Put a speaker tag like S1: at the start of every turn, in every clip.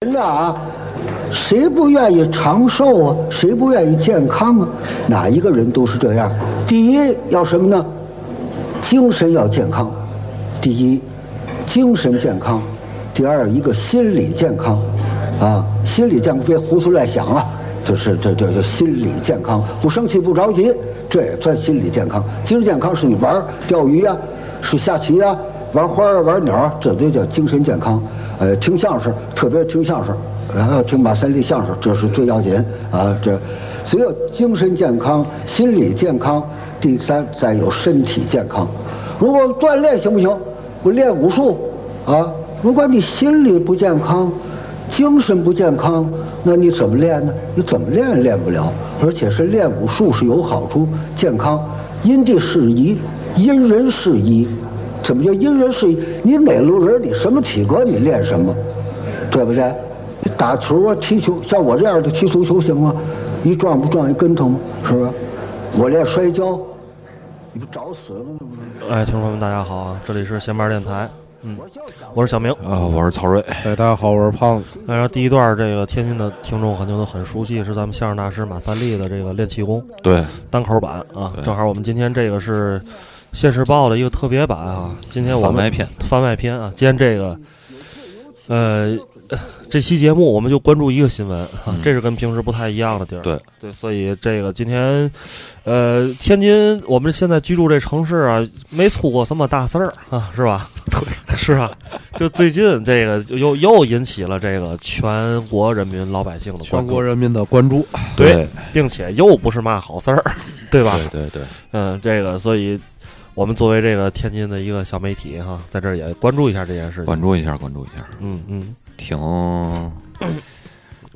S1: 人呐啊，谁不愿意长寿啊？谁不愿意健康啊？哪一个人都是这样。第一要什么呢？精神要健康，第一，精神健康；第二，一个心理健康，啊，心理健康别胡思乱想了，就是这这这心理健康，不生气不着急，这也算心理健康。精神健康是你玩儿钓鱼呀、是下棋呀、玩花儿、啊玩鸟儿，这都叫精神健康。呃，听相声，特别是听相声，然后听马三立相声，这是最要紧啊。这只有精神健康、心理健康，第三再有身体健康。如果锻炼行不行？我练武术啊。如果你心理不健康，精神不健康，那你怎么练呢？你怎么练也练不了。而且是练武术是有好处，健康因地适宜，因人适宜。怎么叫因人适宜？你哪路人，你什么体格，你练什么，对不对？你打球啊，踢球，像我这样的踢足球行吗？一撞不撞一跟头吗？是不是？我练摔跤，你不找死了吗？
S2: 哎，听众朋友们，大家好啊！这里是闲班电台，嗯，我是小明。
S3: 啊，我是曹睿，
S4: 哎，大家好，我是胖子。
S2: 哎然后第一段，这个天津的听众肯定都很熟悉，是咱们相声大师马三立的这个练气功
S3: 对，
S2: 单口版啊。正好我们今天这个是《现世报》的一个特别版啊。今天我们
S3: 贩卖片
S2: 番外篇啊，今天这个呃，这期节目我们就关注一个新闻
S4: 嗯
S2: 啊，这是跟平时不太一样的地儿。
S3: 对
S2: 对，所以这个今天呃，天津我们现在居住这城市啊，没出过什么大事儿啊，是 吧？对，是啊，就最近这个就又又引起了这个全国人民老百姓的关
S4: 全
S2: 注
S4: 国，人民的关注，
S2: 对，并且又不是嘛好事 儿，对吧？
S3: 对对对，
S2: 嗯，这个，所以我们作为这个天津的一个小媒体哈，在这儿也关注一下这件事情。
S3: 关注一下，关注一下，
S2: 嗯嗯，
S3: 挺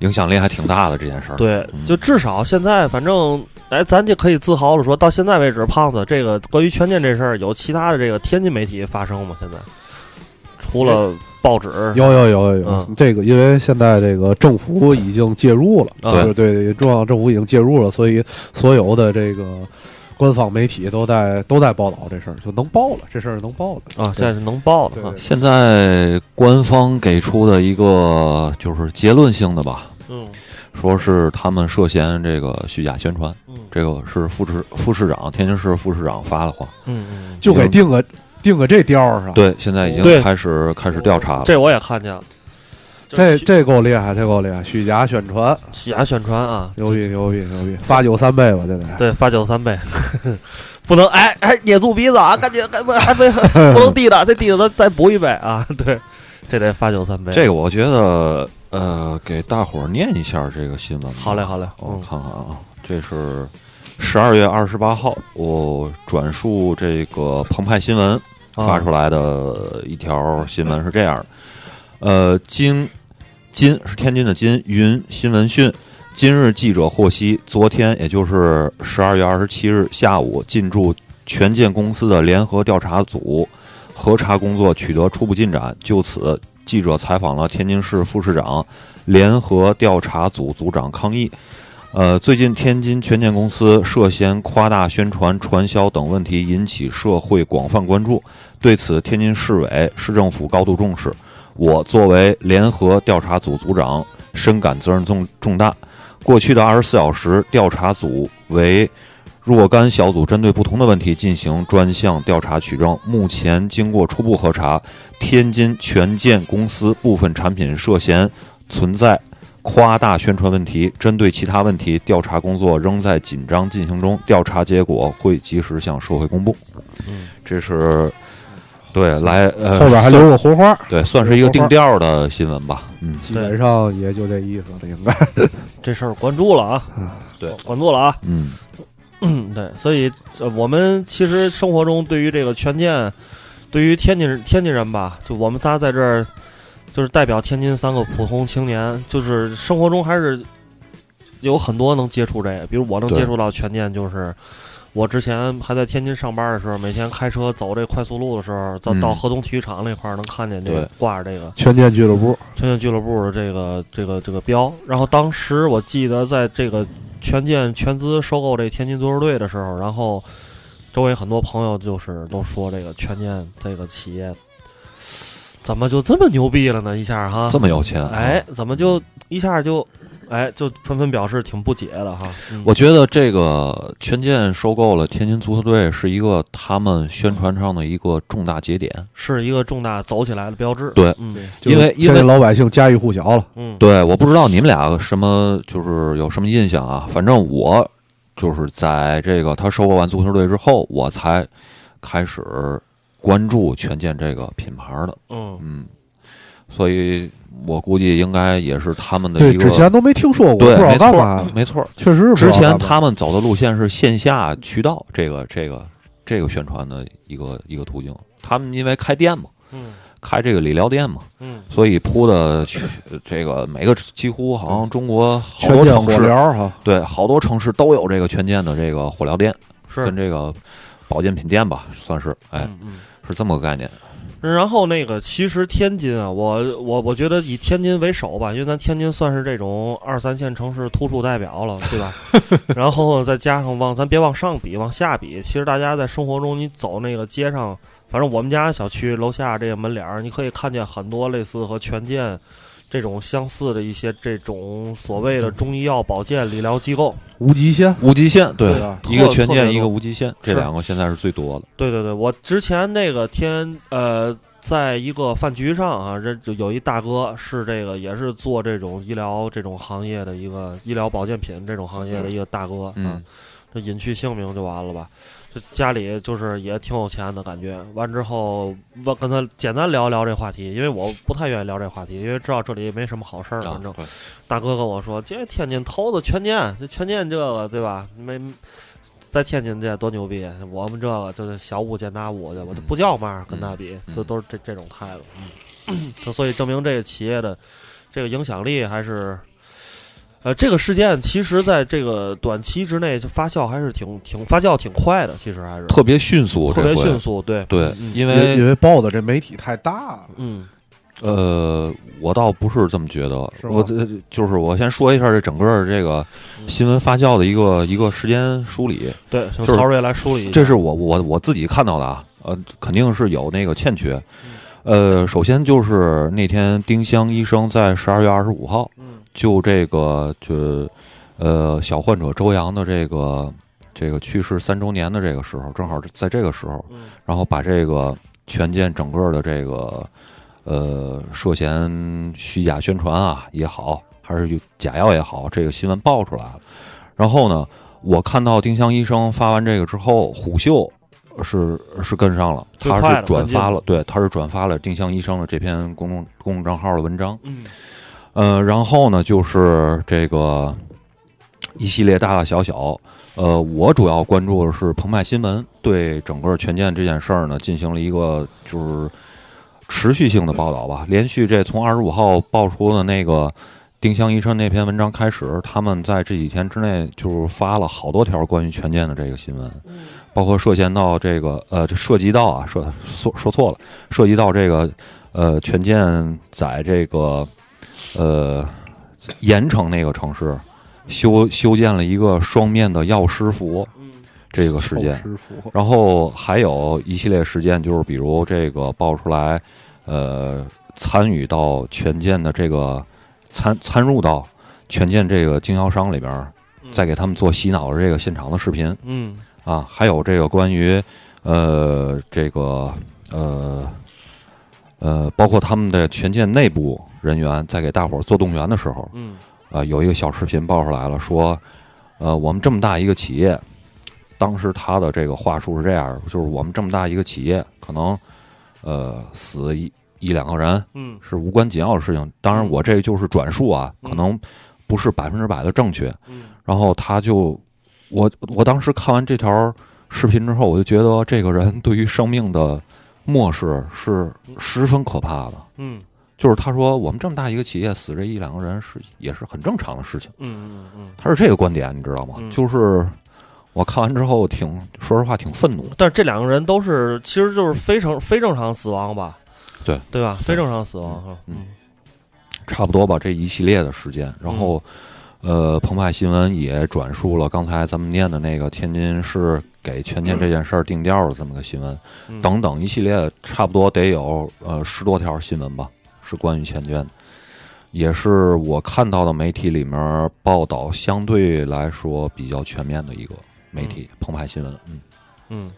S3: 影响力还挺大的这件事儿。
S2: 对，
S3: 嗯
S2: 就至少现在，反正哎，咱就可以自豪的说，到现在为止，胖子这个关于权健这事儿，有其他的这个天津媒体发生吗？现在除了报纸，
S4: 有有有有有
S2: 嗯，
S4: 这个因为现在这个政府已经介入了，
S2: 啊
S4: 就是对中央政府已经介入了，所以所有的这个官方媒体都在都在报道这事儿，就能报了，这事儿能报了
S2: 啊，现在是能报的
S4: 对
S2: 啊
S4: 对，
S3: 现在官方给出的一个就是结论性的吧，
S2: 嗯
S3: 说是他们涉嫌这个虚假宣传，
S2: 嗯
S3: 这个是副市副市长，天津市副市长发的话。
S2: 嗯嗯，
S4: 就给定个定个这调儿上。，
S3: 对，现在已经
S2: 对
S3: 开始开始调查了。
S2: 啊这我也看见了，
S4: 这
S2: 就是虚
S4: 这够厉害，这够厉害，虚假宣传，
S2: 虚假宣传啊，
S4: 牛逼牛逼牛逼，八九三倍吧，这得。
S2: 对，发酒三 倍，不能哎哎捏住鼻子啊，赶紧赶紧还得 不能低的，再低的咱再补一杯啊， 对，这得发酒三杯。
S3: 这个我觉得，呃，给大伙儿念一下这个新闻吧。
S2: 好嘞好嘞
S3: 我
S2: 嗯
S3: 看看啊，这是十二月二十八号，我转述这个澎湃新闻发出来的一条新闻是这样的：呃，经今是天津的津，云新闻讯。今日记者获悉，昨天也就是十二月二十七日下午，进驻权健公司的联合调查组核查工作取得初步进展。就此，记者采访了天津市副市长、联合调查组组长康毅。呃，最近天津权健公司涉嫌夸大宣传、传销等问题引起社会广泛关注，对此，天津市委、市政府高度重视。我作为联合调查组组长，深感责任重重大。过去的二十四小时，调查组为若干小组针对不同的问题进行专项调查取证。目前经过初步核查，天津权健公司部分产品涉嫌存在夸大宣传问题。针对其他问题，调查工作仍在紧张进行中，调查结果会及时向社会公布。
S2: 嗯，
S3: 这是对来呃
S4: 后边还
S3: 算
S4: 留个红花，
S3: 对，算是一个定调的新闻吧。嗯，
S4: 基本上也就这意思了，应该。 嗯
S2: 这事儿关注了啊，
S3: 对
S2: 关注了啊，
S3: 嗯，
S2: 嗯，对，所以、呃、我们其实生活中对于这个权健，对于天津人天津人吧，就我们仨在这儿，就是代表天津三个普通青年，就是生活中还是有很多能接触这个，比如我能
S3: 对
S2: 接触到权健，就是我之前还在天津上班的时候，每天开车走这快速路的时候，到
S3: 嗯
S2: 到河东体育场那块儿能看见这个
S3: 对
S2: 挂着这个
S4: 权健俱乐部，
S2: 拳健俱乐部的这个这个这个标。然后当时我记得在这个权健全资收购这天津足球队的时候，然后周围很多朋友就是都说这个权健这个企业怎么就这么牛逼了呢？一下哈
S3: 这，么有钱，啊
S2: 哎，怎么就一下就，哎，就纷纷表示挺不解的哈。嗯
S3: 我觉得这个权健收购了天津足球队是一个他们宣传上的一个重大节点。
S2: 是一个重大走起来的标志。
S3: 对
S2: 嗯，
S3: 因为
S4: 就是天津老百姓家喻户晓了，
S2: 嗯，
S3: 对，我不知道你们俩什么就是有什么印象啊？反正我就是在这个他收购完足球队之后，我才开始关注权健这个品牌的。
S2: 嗯，
S3: 嗯，所以我估计应该也是他们的
S4: 对
S3: 一，个
S4: 之前都没听说过，不
S3: 对
S4: 知道
S3: 没
S4: 干
S3: 错
S4: 嘛，
S3: 没错。
S4: 确实是不知
S3: 之
S4: 道
S3: 前
S4: 干嘛
S3: 他们走的路线是线下渠道，这个这个这个宣传的一个一个途径。他们因为开店嘛，
S2: 嗯，
S3: 开这个理疗店嘛，
S2: 嗯，
S3: 所以铺的去这个每个几乎好像中国好
S4: 全
S3: 多
S4: 建
S3: 城
S4: 火
S3: 市
S4: 疗哈，
S3: 对好多城市都有这个权健的这个火疗店
S2: 是
S3: 跟，这个保健品店吧，算是哎
S2: 嗯嗯。
S3: 是这么个概念。
S2: 然后那个，其实天津啊，我我我觉得以天津为首吧，因为咱天津算是这种二三线城市突出代表了，对吧？然后再加上往咱别往上比，往下比，其实大家在生活中，你走那个街上，反正我们家小区楼下这个门脸儿，你可以看见很多类似和权健这种相似的一些这种所谓的中医药保健理疗机构。
S4: 无极限
S3: 无极限，对
S4: 对啊
S3: 一个
S2: 特
S3: 权
S2: 特
S3: 健，
S2: 别
S3: 一个
S2: 多
S3: 无极限，这
S2: 是
S3: 两个现在是最多的。
S2: 对对对，我之前那个天呃，在一个饭局上啊，这就有一大哥是这个也是做这种医疗这种行业的一个医疗保健品这种行业的一个大哥，啊
S3: 嗯，
S2: 这隐去姓名就完了吧。这家里就是也挺有钱的感觉。完之后，我跟他简单聊一聊这话题，因为我不太愿意聊这话题，因为知道这里也没什么好事儿，
S3: 啊
S2: 反正
S3: 对
S2: 大哥跟我说，这天津投资权健，这权健这个对吧？没在天津这多牛逼，我们这个就是小巫见大巫去，我就不叫嘛，跟他比，
S3: 嗯
S2: 这都是这这种态度。嗯，这所以证明这个企业的这个影响力还是，呃，这个事件其实在这个短期之内就发酵还是挺挺发酵挺快的，其实还是
S3: 特别迅速，
S2: 特别
S3: 这回
S2: 迅。速，对
S3: 对，
S2: 嗯
S3: 因
S4: 因
S3: 为
S4: 为报的这媒体太大了，
S2: 嗯
S3: 呃，我倒不是这么觉得，
S4: 是吗
S3: 我呃就是我先说一下这整个这个新闻发酵的一个一个时间梳理，
S2: 嗯对，请
S3: 就是
S2: 曹睿来梳理一下，
S3: 这是我我我自己看到的啊，呃，肯定是有那个欠缺。
S2: 嗯
S3: 呃，首先就是那天丁香医生在十二月二十五号
S2: 嗯
S3: 就这个就呃小患者周洋的这个这个去世三周年的这个时候，正好在这个时候，
S2: 嗯
S3: 然后把这个权健整个的这个呃涉嫌虚假宣传啊也好，还是有假药也好，这个新闻爆出来了。然后呢，我看到丁香医生发完这个之后，虎嗅是是跟上了，
S2: 最
S3: 他
S2: 快
S3: 是
S2: 了
S3: 转
S2: 跟进
S3: 发
S2: 了
S3: 了，对，他是转发了丁香医生的这篇公众公众账号的文章。
S2: 嗯
S3: 呃，然后呢，就是这个一系列大大小小，呃，我主要关注的是澎湃新闻对整个权健这件事儿呢进行了一个就是持续性的报道吧，连续这从二十五号爆出的那个丁香医生那篇文章开始，他们在这几天之内就是发了好多条关于权健的这个新闻，包括涉嫌到这个呃，这涉及到啊，说说说错了，涉及到这个呃，权健在这个呃盐城那个城市修修建了一个双面的药师佛
S2: 嗯
S3: 这个事件，
S4: 臭师傅
S3: 然后还有一系列事件，就是比如这个爆出来，呃，参与到权健的这个参参入到权健这个经销商里边儿，再给他们做洗脑的这个现场的视频
S2: 嗯
S3: 啊，还有这个关于呃这个呃呃，包括他们的权健内部人员在给大伙儿做动员的时候，
S2: 嗯
S3: 啊，有一个小视频爆出来了，说，呃，我们这么大一个企业，当时他的这个话术是这样的，就是我们这么大一个企业，可能，呃，死一一两个人
S2: 嗯
S3: 是无关紧要的事情。当然，
S2: 嗯
S3: 我这就是转述啊，可
S2: 嗯
S3: 能不是百分之百的正确。
S2: 嗯
S3: 然后他就，我我当时看完这条视频之后，我就觉得这个人对于生命的漠视是十分可怕的。
S2: 嗯
S3: 就是他说，我们这么大一个企业，死这一两个人是也是很正常的事情。
S2: 嗯嗯嗯。
S3: 他是这个观点，你知道吗？
S2: 嗯
S3: 就是我看完之后挺，说实话挺愤怒的。
S2: 但是这两个人都是，其实就是非正非正常死亡吧？
S3: 对
S2: 对吧？非正常死亡哈。
S3: 嗯差不多吧，这一系列的事件，然
S2: 嗯
S3: 后，呃，澎湃新闻也转述了刚才咱们念的那个天津市给全天这件事儿定调的这么个新闻，
S2: 嗯
S3: 等等一系列，差不多得有呃十多条新闻吧，是关于钱娟的，也是我看到的媒体里面报道相对来说比较全面的一个媒体，澎湃新闻，嗯，
S2: 嗯，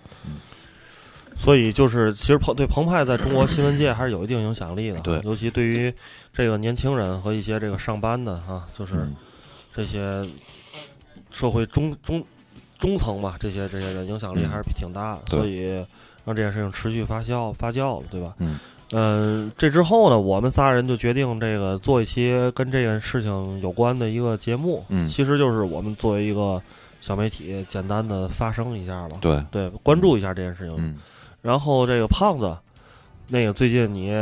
S2: 所以就是，其实澎对澎湃在中国新闻界还是有一定影响力的，
S3: 对
S2: 尤其对于这个年轻人和一些这个上班的啊，就是
S3: 嗯
S2: 这些社会中中中层吧，这些这些人影响力
S3: 嗯
S2: 还是挺大的，
S3: 对
S2: 所以让这件事情持续发酵发酵了，对吧？
S3: 嗯
S2: 嗯，这之后呢，我们仨人就决定这个做一些跟这件事情有关的一个节目，
S3: 嗯
S2: 其实就是我们作为一个小媒体，简单的发声一下吧，
S3: 对，
S2: 对，关注一下这件事情。
S3: 嗯
S2: 然后这个胖子，那个最近你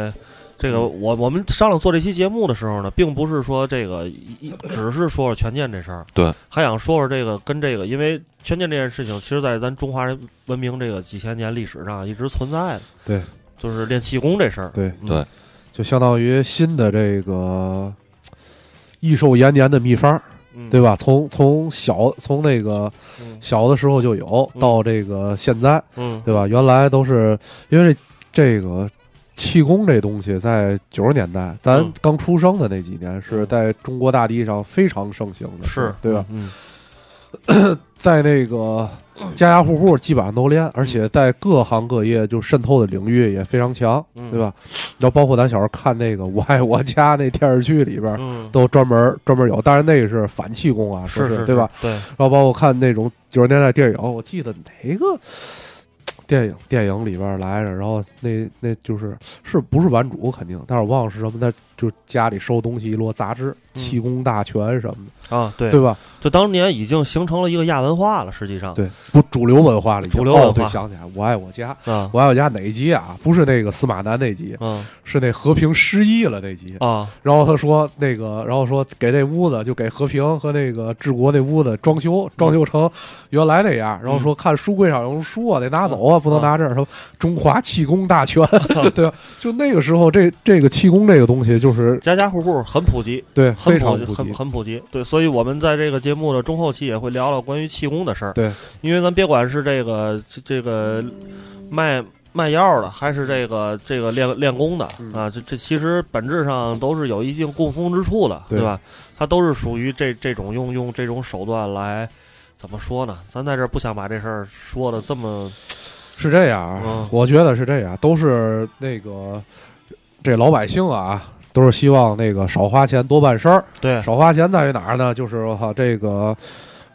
S2: 这个我我们商量做这期节目的时候呢，并不是说这个一一只是说说权健这事儿，
S3: 对，
S2: 还想说说这个跟这个，因为权健这件事情，其实在咱中华人文明这个几千年历史上一直存在的，
S4: 对，
S2: 就是练气功这事儿，
S4: 对
S2: 嗯
S3: 对
S4: 就相当于新的这个益寿延年的秘方，
S2: 嗯
S4: 对吧？从从小从那个
S2: 嗯
S4: 小的时候就有，
S2: 嗯
S4: 到这个现在，
S2: 嗯
S4: 对吧？原来都是因为这这个气功这东西，在九十年代咱
S2: 嗯
S4: 刚出生的那几年，是
S2: 嗯
S4: 在中国大地上非常盛行的，
S2: 是
S4: 对吧？？
S2: 嗯
S4: 在那个家家户户基本上都
S2: 嗯
S4: 练，而且在各行各业就渗透的领域也非常强，
S2: 嗯
S4: 对吧？然后包括咱小时候看那个《我爱我家》那电视剧里边儿。
S2: 嗯，
S4: 都专门专门有，当然那个是反气功啊，
S2: 嗯
S4: 说
S2: 是
S4: 是
S2: 是，
S4: 对吧？？
S2: 对，
S4: 然后包括看那种九十年代电影，我记得哪个电影电影里边来着，然后那那就是是不是版主肯定，但是我忘了是什么，他就家里收东西一摞杂志，
S2: 嗯
S4: 气功大全什么的，
S2: 啊，对，
S4: 对吧？
S2: 就当年已经形成了一个亚文化了，实际上，
S4: 对，不主流文化里，
S2: 主流文化
S4: 哦，对，想起来，我爱我家。
S2: 啊，
S4: 我爱我家哪一集啊？不是那个司马南那集，
S2: 嗯
S4: 是那和平失忆了那集。
S2: 啊，
S4: 然后他说那个，然后说给这屋子就给和平和那个治国那屋子装修，装修成原来那样。
S2: 嗯
S4: 然后说看书柜上有书啊，得拿走啊，不能拿这儿。说中华气功 大全，对吧？就那个时候，这这个气功这个东西就是
S2: 家家户户很普及，
S4: 对
S2: 很普
S4: 非常
S2: 及，
S4: 普
S2: 很
S4: 及，
S2: 很普及。对，所以我们在这个节目的中后期也会聊聊关于气功的事儿。
S4: 对，
S2: 因为咱别管是这个这这个卖卖药的，还是这个这个练练功的、
S4: 嗯
S2: 啊，这这其实本质上都是有一定共通之处的，对
S4: 对
S2: 吧？它都是属于这这种用用这种手段来。怎么说呢？咱在这儿不想把这事儿说的这么
S4: 是这样啊。
S2: 嗯
S4: 我觉得是这样，都是那个这老百姓啊，都是希望那个少花钱多办事儿。
S2: 对，
S4: 少花钱在于哪儿呢？就是我靠这个。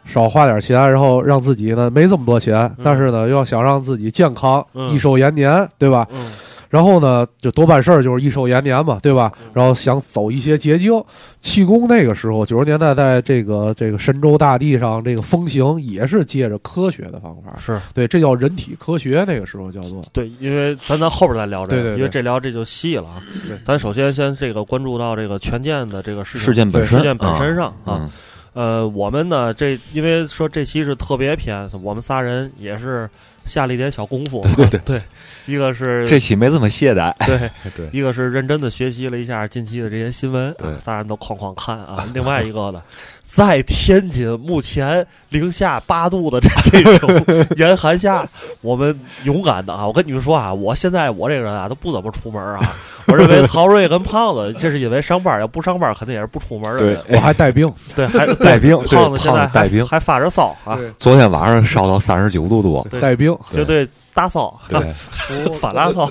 S4: 少花点钱，然后让自己呢没这么多钱，但是呢又要想让自己健康、
S2: 嗯
S4: 益寿延年，对吧？
S2: 嗯
S4: 然后呢就多办事儿，就是益寿延年嘛，对吧
S2: 嗯？
S4: 然后想走一些捷径，气功那个时候九十年代在这个这个神州大地上这个风行，也是借着科学的方法，
S2: 是
S4: 对，这叫人体科学，那个时候叫做
S2: 对， 因为咱咱后边再聊这个，
S4: 对对对
S2: 因为这聊这就细了啊。
S4: 对
S2: 咱首先先这个关注到这个权健的这个事情
S3: 事件本身
S2: 事件本身上啊。
S3: 嗯
S2: 呃，我们呢，这因为说这期是特别篇，我们仨人也是下了一点小功夫。对对对，一个是
S3: 这期没这么懈怠，
S2: 对
S3: 对
S2: 一个是认真的学习了一下近期的这些新闻，
S3: 对
S2: 啊仨人都哐哐看 啊。另外一个呢，在天津目前零下八度的这这 种严寒下，我们勇敢的啊，我跟你们说啊，我现在我这个人啊都不怎么出门啊。我认为曹睿跟胖子，这是因为上班，要不上班肯定也是不出门的人。
S4: 我还带病，
S2: 对，还
S3: 带病对
S2: 胖子现在
S3: 胖子带
S2: 还
S3: 病
S2: 还发着骚啊，
S4: 对
S3: 昨天晚上烧到三十九度多，
S2: 对
S4: 带病，
S2: 绝对大骚，
S3: 对，
S2: 反大 骚。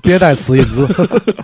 S4: 别带词音 字，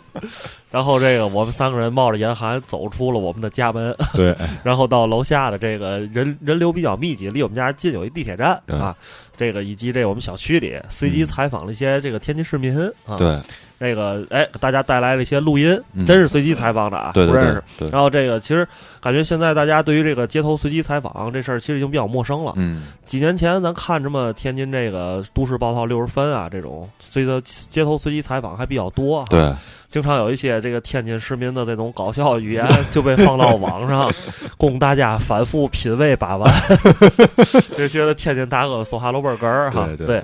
S2: 然后这个我们三个人冒着严寒走出了我们的家门，
S3: 对，
S2: 然后到楼下的这个人人流比较密集，离我们家近有一地铁站
S3: 对
S2: 啊，这个以及这我们小区里随机
S3: 嗯
S2: 采访了一些这个天津市民啊，，
S3: 对，
S2: 这个哎给大家带来了一些录音，
S3: 嗯
S2: 真是随机采访的啊，
S3: 对，
S2: 不认
S3: 对
S2: 识。，
S3: 对，对，
S2: 然后这个其实感觉现在大家对于这个街头随机采访这事儿其实已经比较陌生了。
S3: 嗯，
S2: 几年前咱看什么天津这个都市报道六十分啊这种随着街头随机采访还比较多啊，
S3: 对，
S2: 经常有一些这个天津市民的这种搞笑语言就被放到网上，供大家反 复品味把玩。就觉得天津大哥说话搂本哏儿哈，
S3: 对对
S2: 对。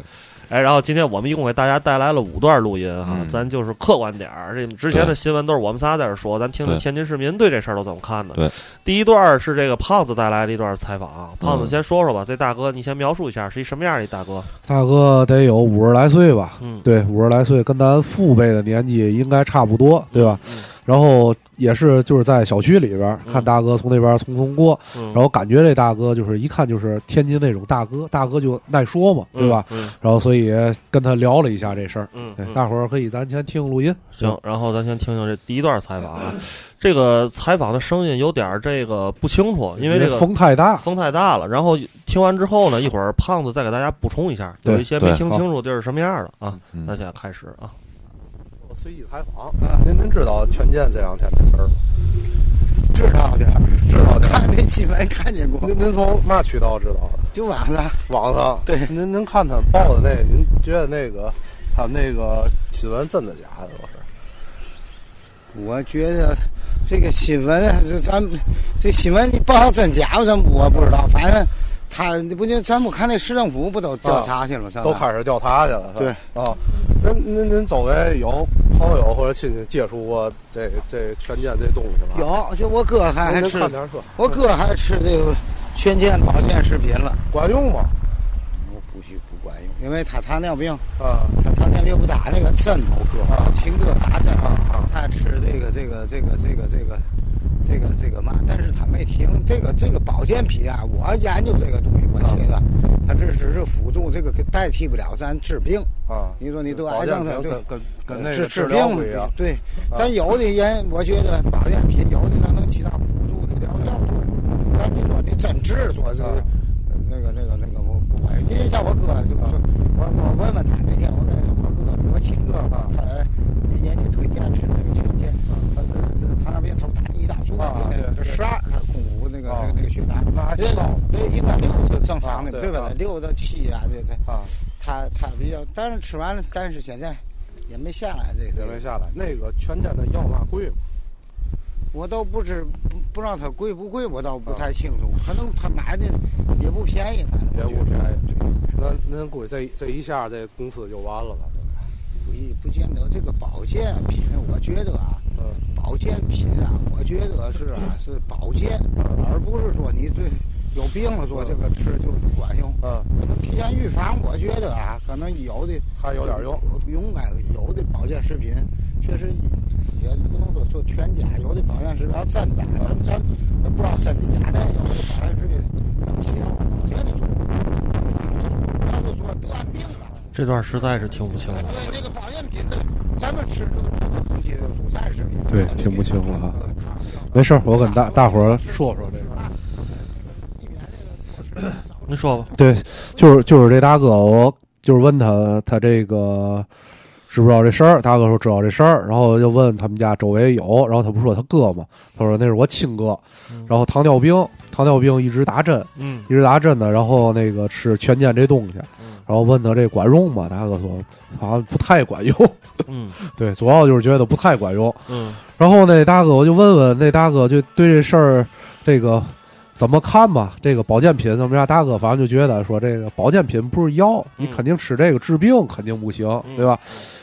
S2: 哎，然后今天我们一共给大家带来了五段录音啊，
S3: 嗯
S2: 咱就是客观点儿。这之前的新闻都是我们仨在这说，咱听听
S3: 对
S2: 天津市民对这事儿都怎么看的。
S3: 对，
S2: 第一段是这个胖子带来的一段采访，胖子
S3: 嗯
S2: 先说说吧，这大哥你先描述一下是一什么样的一大哥？
S4: 大哥得有五十来岁吧，
S2: 嗯，
S4: 对，五十来岁，跟咱父辈的年纪应该差不多，对吧？
S2: 嗯
S4: 然后也是就是在小区里边儿
S2: 嗯
S4: 看大哥从那边儿匆匆过，
S2: 嗯，
S4: 然后感觉这大哥就是一看就是天津那种大哥，大哥就耐说嘛，对吧？
S2: 嗯？
S4: 然后所以跟他聊了一下这事儿。
S2: 嗯，
S4: 对
S2: 嗯，，
S4: 大伙儿可以咱先听录音。
S2: 行，然后咱先听听这第一段采访啊， 这个采访的声音有点儿这个不清楚，因为这个
S4: 风太大，
S2: 风太大了。然后听完之后呢，一会儿胖子再给大家补充一下，有
S4: 对
S2: 一些没
S3: 对
S2: 听清楚这是什么样的啊。
S3: 嗯
S2: 那现在开始啊，
S5: 哦随意采访，您您知道权健这两天的词儿？
S6: 知道点儿，知道 点儿。看那新闻看见过，
S5: 您您从嘛渠道知道的？
S6: 就晚了。
S5: 网上。
S6: 对
S5: 您您看他们报的那，您觉得那个他们那个新闻真的假的？我是啊
S6: 我觉得这个新闻啊，这咱们这新闻你报道真假吧，咱我不知道。反正他不就咱不看那市政府不都调查去了吗？上哪
S5: 啊都开始调查去了。是吧啊，您您您周围有朋友或者亲戚接触过这这权健这东西吗？
S6: 有，就我哥还还
S5: 您
S6: 吃
S5: 看，点儿说，
S6: 我哥还吃这个全健保健食品了。
S5: 管用吗？
S6: 我估计不管用，因为他糖尿病，
S5: 啊，
S6: 他糖尿病不打那个针吗？我
S5: 啊
S6: 哥，秦哥打针
S5: 啊啊，
S6: 他吃这个这个这个这个这个这个这个嘛，但是他没停。这个这个保健品啊，我研究这个东西，我觉得它这只是辅助，这个代替不了咱治病
S5: 啊
S6: 你说你得癌症的，
S5: 保健品
S6: 对，
S5: 跟跟跟那个
S6: 治
S5: 治
S6: 治
S5: 疗
S6: 病
S5: 不一样
S6: 对
S5: 啊。
S6: 但有的人，我觉得保健品有的它能起到辅助的疗效作用。但你说你真治，说是
S5: 啊
S6: 那个那个那个我不管，因为像我哥就说，我我问问他那天，我跟我哥我亲哥吧，他人家推荐吃那个全健，他是是糖尿病头打一大束，
S5: 啊对对对
S6: 十二他空腹那个
S5: 啊
S6: 那个那个血糖，
S5: 那还挺
S6: 这
S5: 高
S6: 这应该六是正常
S5: 啊
S6: 的，
S5: 对
S6: 对
S5: 啊
S6: 吧？六到七啊，这这
S5: 啊，
S6: 他他比较，但是吃完了，但是现在也没下来这
S5: 也
S6: 个，
S5: 没下来。那个权健的药嘛贵吗？
S6: 我倒不知不不知道它贵不贵，我倒不太清楚，可能他买的也不便宜，反正
S5: 也
S6: 我觉
S5: 不
S6: 得
S5: 便宜。那您估计这这一下这公司就完了吧？
S6: 不一不见得这个保健品，我觉得啊，
S5: 嗯。
S6: 保健品啊，我觉得是啊是保健，
S5: 嗯
S6: 而不是说你这有病了说这个吃就管用。
S5: 嗯
S6: 可能提前预防，我觉得啊，可能有的
S5: 还有点用，
S6: 勇敢有的保健食品确实也不能说说全假，有的保健食品要真打，咱们咱也不知道真的假的，有的保健食品起到保健的作用。要是说得完病了。
S2: 这段实在是听不清了。
S6: 对，这哎个保健品的，咱们吃这个东西蔬菜食品，
S4: 对听不清了哈没事儿我跟大大伙儿说说这个。
S2: 您说吧，
S4: 对，就是就是这大哥，我就是问他，他这个知不知道这事儿？大哥说知道这事儿，然后就问他们家周围有，然后他不说他哥吗？他说那是我亲哥，然后糖尿病，糖尿病一直打针，
S2: 嗯
S4: 一直打针呢，然后那个吃全健这东西，然后问他这管用吗？大哥说好像不太管用，
S2: 嗯
S4: 对，主要就是觉得不太管用。
S2: 嗯
S4: 然后那大哥我就问问那大哥就对这事儿这个怎么看吧？这个保健品怎么样？大哥反正就觉得说这个保健品不是药，
S2: 嗯
S4: 你肯定吃这个治病肯定不行，
S2: 嗯
S4: 对吧？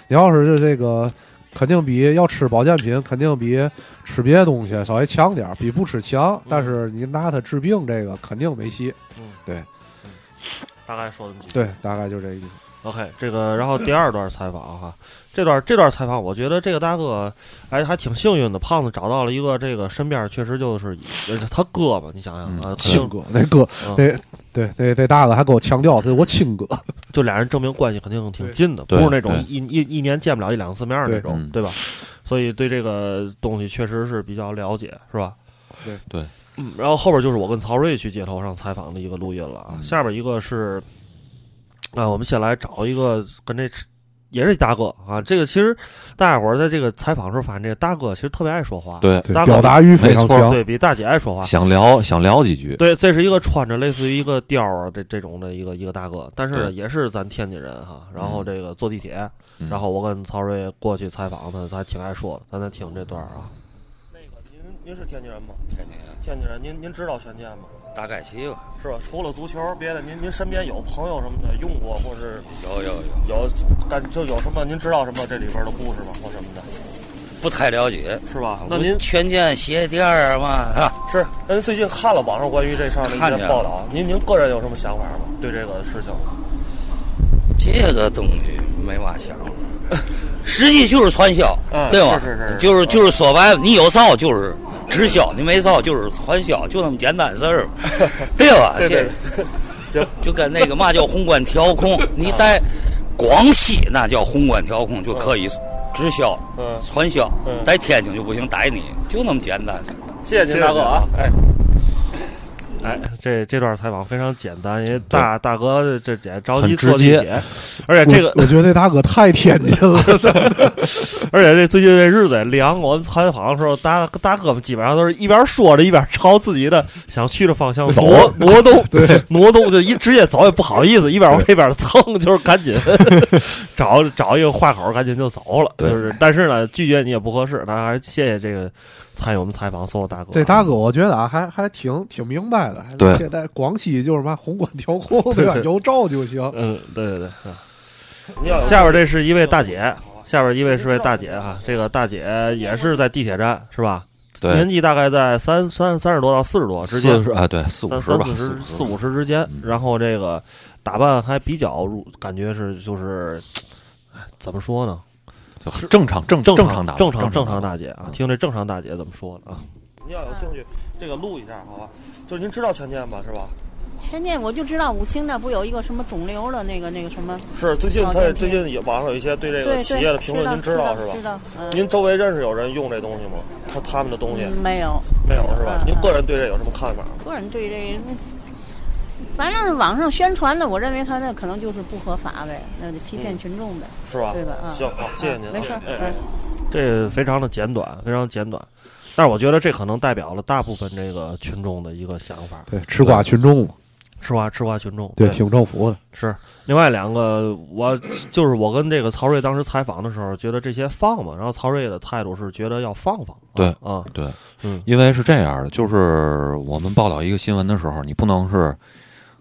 S4: 你要是就这个。肯定比要吃保健品，肯定比吃别的东西稍微强点儿，比不吃强。但是你拿它治病，这个肯定没戏。
S2: 嗯，
S4: 对
S2: 嗯，大概说这么几句。
S4: 对，大概就这意思。
S2: OK，这个，然后第二段采访哈，这段这段采访，我觉得这个大哥哎还挺幸运的，胖子找到了一个这个身边确实就是，而且他哥嘛，你想想
S3: 嗯
S2: 啊，可
S4: 亲
S2: 能
S4: 哥，那哥，
S2: 嗯
S4: 那对那那大哥还给我强调，他是我亲哥。
S2: 就俩人证明关系肯定挺近的，不
S3: 对
S2: 是那种
S3: 对
S2: 一一一年见不了一两次面儿那种，
S3: 对嗯
S2: 对吧？所以对这个东西确实是比较了解，是吧？
S4: 对
S3: 对，
S2: 嗯，然后后边就是我跟曹睿去街头上采访的一个录音了啊，
S3: 嗯
S2: 下边一个是，啊、我们先来找一个跟这也是一大哥啊，这个其实大家伙儿在这个采访时候发现，这个大哥其实特别爱说话，
S3: 对，
S4: 对，
S2: 大哥
S4: 表达欲非常
S3: 没错
S4: 强。
S2: 对比大姐爱说话，
S3: 想聊想聊几句，
S2: 对，这是一个穿着类似于一个貂儿啊这这种的一个一个大哥，但是呢
S3: 对
S2: 也是咱天津人哈。然后这个坐地铁，
S3: 嗯
S2: 然后我跟曹睿过去采访他，他还挺爱说的，咱再听这段儿啊。那个您您是天津人吗？
S7: 天津人
S2: 天津人，您您知道拳剑吗？
S7: 大概齐吧，
S2: 是吧？除了足球，别的您您身边有朋友什么的用过，或是
S7: 有有有，
S2: 有感就有什么？您知道什么这里边的故事吗？或什么的，
S7: 不太了解。啊
S2: 是吧？那您
S7: 全建鞋垫儿嘛，是吧？
S2: 是，那您最近看了网上关于这事儿的
S7: 啊看
S2: 一些
S7: 见了
S2: 报道，啊您您个人有什么想法吗？对这个事情？
S7: 这个东西没嘛想法，实际就是传销，
S2: 嗯
S7: 对吗？
S2: 是是是
S7: 就是就是说白了，你有造就是直销，你没造就是传销，就那么简单事 儿，对吧？
S2: 对对
S7: 这 就跟那个嘛叫宏观 调控，你在广西那叫宏观调控就可以直销、
S2: 嗯
S7: 传销
S2: 嗯，
S7: 在天津就不行，逮你就那么简单。
S2: 谢谢您大哥啊！哎哎，这这段采访非常简单，因为大大哥这也着急
S3: 很直
S2: 坐地
S3: 接
S2: 铁，而且这个
S4: 我我觉得那大哥太天津 了，真的
S2: 而且这最近这日子也凉，我们采访的时候，大大哥们基本上都是一边说着一边朝自己的想去的方向
S3: 走
S2: 挪挪动，对，挪动就一直接走也不好意思，一边往那边蹭，就是赶紧 找找一个话口，赶紧就走了。
S3: 对
S2: 就是，但是呢，拒绝你也不合适，那还是谢谢这个参与我们采访所有大哥。
S4: 这大哥，我觉得啊，还还挺挺明白的。还
S3: 对
S4: 现在广西就是嘛，宏观调 控对吧？
S2: 对
S4: 有照就行。
S2: 嗯，对对对，啊下边这是一位大姐，下边一位是位大姐啊，这个大姐也是在地铁站是吧？
S3: 对，
S2: 年纪大概在三三三十多到四十多之间
S3: 四，十啊，对，四五
S2: 三
S3: 十
S2: 三
S3: 吧，
S2: 四十
S3: 四
S2: 四
S3: 五
S2: 五
S3: 十
S2: 十之间
S3: 嗯。
S2: 然后这个打扮还比较入，感觉是就是，哎怎么说呢？
S3: 吧，就正常正正
S2: 常
S3: 打
S2: 正正
S3: 常
S2: 常大姐啊
S3: 嗯，
S2: 听这正常大姐怎么说的啊？您要有兴趣，这个录一下好吧？就是您知道权健吧，是吧？
S8: 前年我就知道武清那不有一个什么肿瘤的那个那个什么，
S2: 是最近
S8: 哦
S2: 他也
S8: 对
S2: 最近也网上有一些对这
S8: 对
S2: 个
S8: 对，
S2: 企业的评论，您
S8: 知
S2: 道
S8: 道
S2: 是吧
S8: 知？道，嗯，
S2: 您周围认识有人用这东西吗？他他们的东西
S8: 嗯没有，
S2: 没有是吧？
S8: 嗯
S2: 您个人对这有什么看法吗？
S8: 个人对这，反正是网上宣传的，我认为他那可能就是不合法呗，那就欺骗群众呗。
S2: 嗯是吧？
S8: 对吧嗯
S2: 行，好，谢谢您啊。
S8: 没事儿
S2: 哎
S8: 嗯
S2: 这非常的简短，非常简短。但是我觉得这可能代表了大部分这个群众的一个想法，
S4: 对，吃瓜群众嘛，
S2: 吃瓜吃瓜群众。
S4: 对，挺政府的。
S2: 是。另外两个，我就是我跟这个曹睿当时采访的时候，觉得这些放嘛，然后曹睿的态度是觉得要放放。啊
S3: 对
S2: 啊，
S3: 对，
S2: 嗯
S3: 因为是这样的，就是我们报道一个新闻的时候，你不能是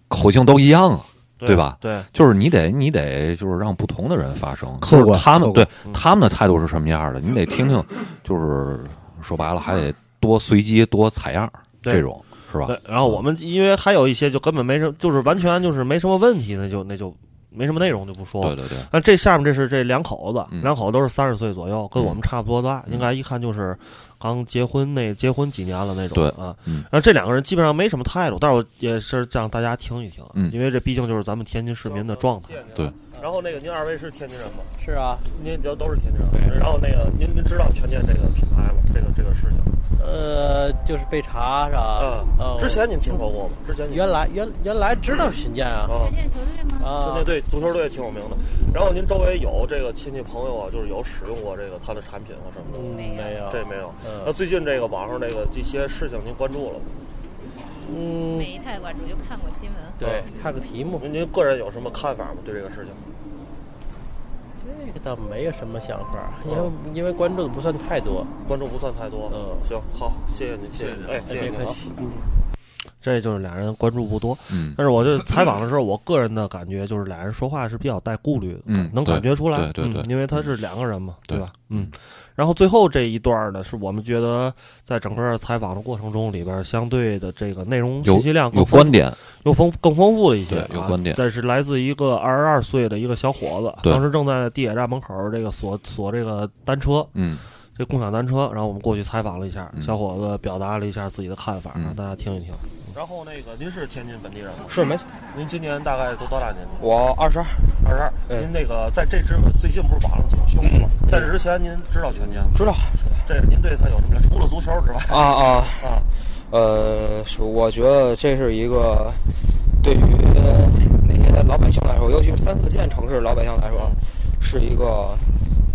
S3: 口径都一样啊，对吧
S2: 对，
S3: 就是你得你得就是让不同的人发声，
S4: 客观
S3: 就是他
S4: 客
S3: 们
S4: 观嗯
S3: 对他们的态度是什么样的，你得听听，就是说白了还得多随机多采样
S2: 对
S3: 这种是吧？嗯
S2: 对，然后我们因为还有一些就根本没什么，就是完全就是没什么问题，那就那就没什么内容就不说了
S3: 对。对对，
S2: 那这下面这是这两口子，
S3: 嗯
S2: 两口子都是三十岁左右，跟我们差不多大，
S3: 嗯
S2: 应该一看就是刚结婚那结婚几年了那种
S3: 对
S2: 啊。
S3: 嗯
S2: 然后这两个人基本上没什么态度，但是我也是让大家听一听啊，
S3: 嗯
S2: 因为这毕竟就是咱们天津市民的状态。
S3: 对。
S2: 然后那个您二位是天津人吗？
S9: 是啊，
S2: 您就都是天津人。然后那个您您知道权健这个品牌吗？这个这个事情，
S9: 呃，就是被查是吧？
S2: 嗯，
S9: 呃，
S2: 之前您听说过吗？之前您
S9: 原来原原来知道巡建啊
S2: 啊。
S8: 健球队吗？
S9: 啊
S2: 那，队足球队挺有名的，然后您周围有这个亲戚朋友啊，就是有使用过这个它的产品啊什么的吗。
S9: 嗯没有，
S2: 这没有。
S9: 嗯
S2: 那最近这个网上这个这些事情，您关注了吗？
S9: 嗯，
S10: 没太关注，就看过新闻。
S9: 对，看个题目，
S2: 您您个人有什么看法吗？对这个事情？
S9: 这个倒没有什么想法，因为
S2: 嗯
S9: 因为关注的不算太多，
S2: 关注不算太多。
S9: 嗯
S2: 行，好，谢谢您，谢谢您，哎，谢谢
S9: 别
S2: 您
S9: 客
S2: 啊。
S9: 气，嗯
S2: 这就是俩人关注不多，
S3: 嗯
S2: 但是 我就采访的时候，我个人的感觉就是俩人说话是比较带顾虑的，
S3: 嗯
S2: 能感觉出来，
S3: 对对对
S2: 嗯
S3: 对
S2: 因为他是两个人嘛，
S3: 对
S2: 吧？嗯，然后最后这一段呢，是我们觉得在整个采访的过程中里边，相对的这个内容信息量更
S3: 有
S2: 丰富
S3: 观点，
S2: 又丰更丰富了一些、啊，
S3: 对有观点
S2: 但是来自一个二十二岁的一个小伙子，
S3: 对
S2: 当时正在地铁站门口这个锁锁这个单车，
S3: 嗯，
S2: 这共享单车，然后我们过去采访了一下，
S3: 嗯
S2: 小伙子表达了一下自己的看法，
S3: 嗯
S2: 让大家听一听。然后那个，您是天津本地人吗？
S9: 是没错，
S2: 您今年大概都多大年纪？
S9: 我二十二，
S2: 二十二。
S9: 嗯
S2: 您那个在这之最近不是网上挺凶的吗？在这之前，您知道全家吗？
S9: 知道
S2: 这您对他有什么了解？除了足球之外，
S9: 啊啊，
S2: 啊，
S9: 呃，是我觉得这是一个对于那些老百姓来说，尤其是三四线城市老百姓来
S2: 嗯
S9: 说，是一个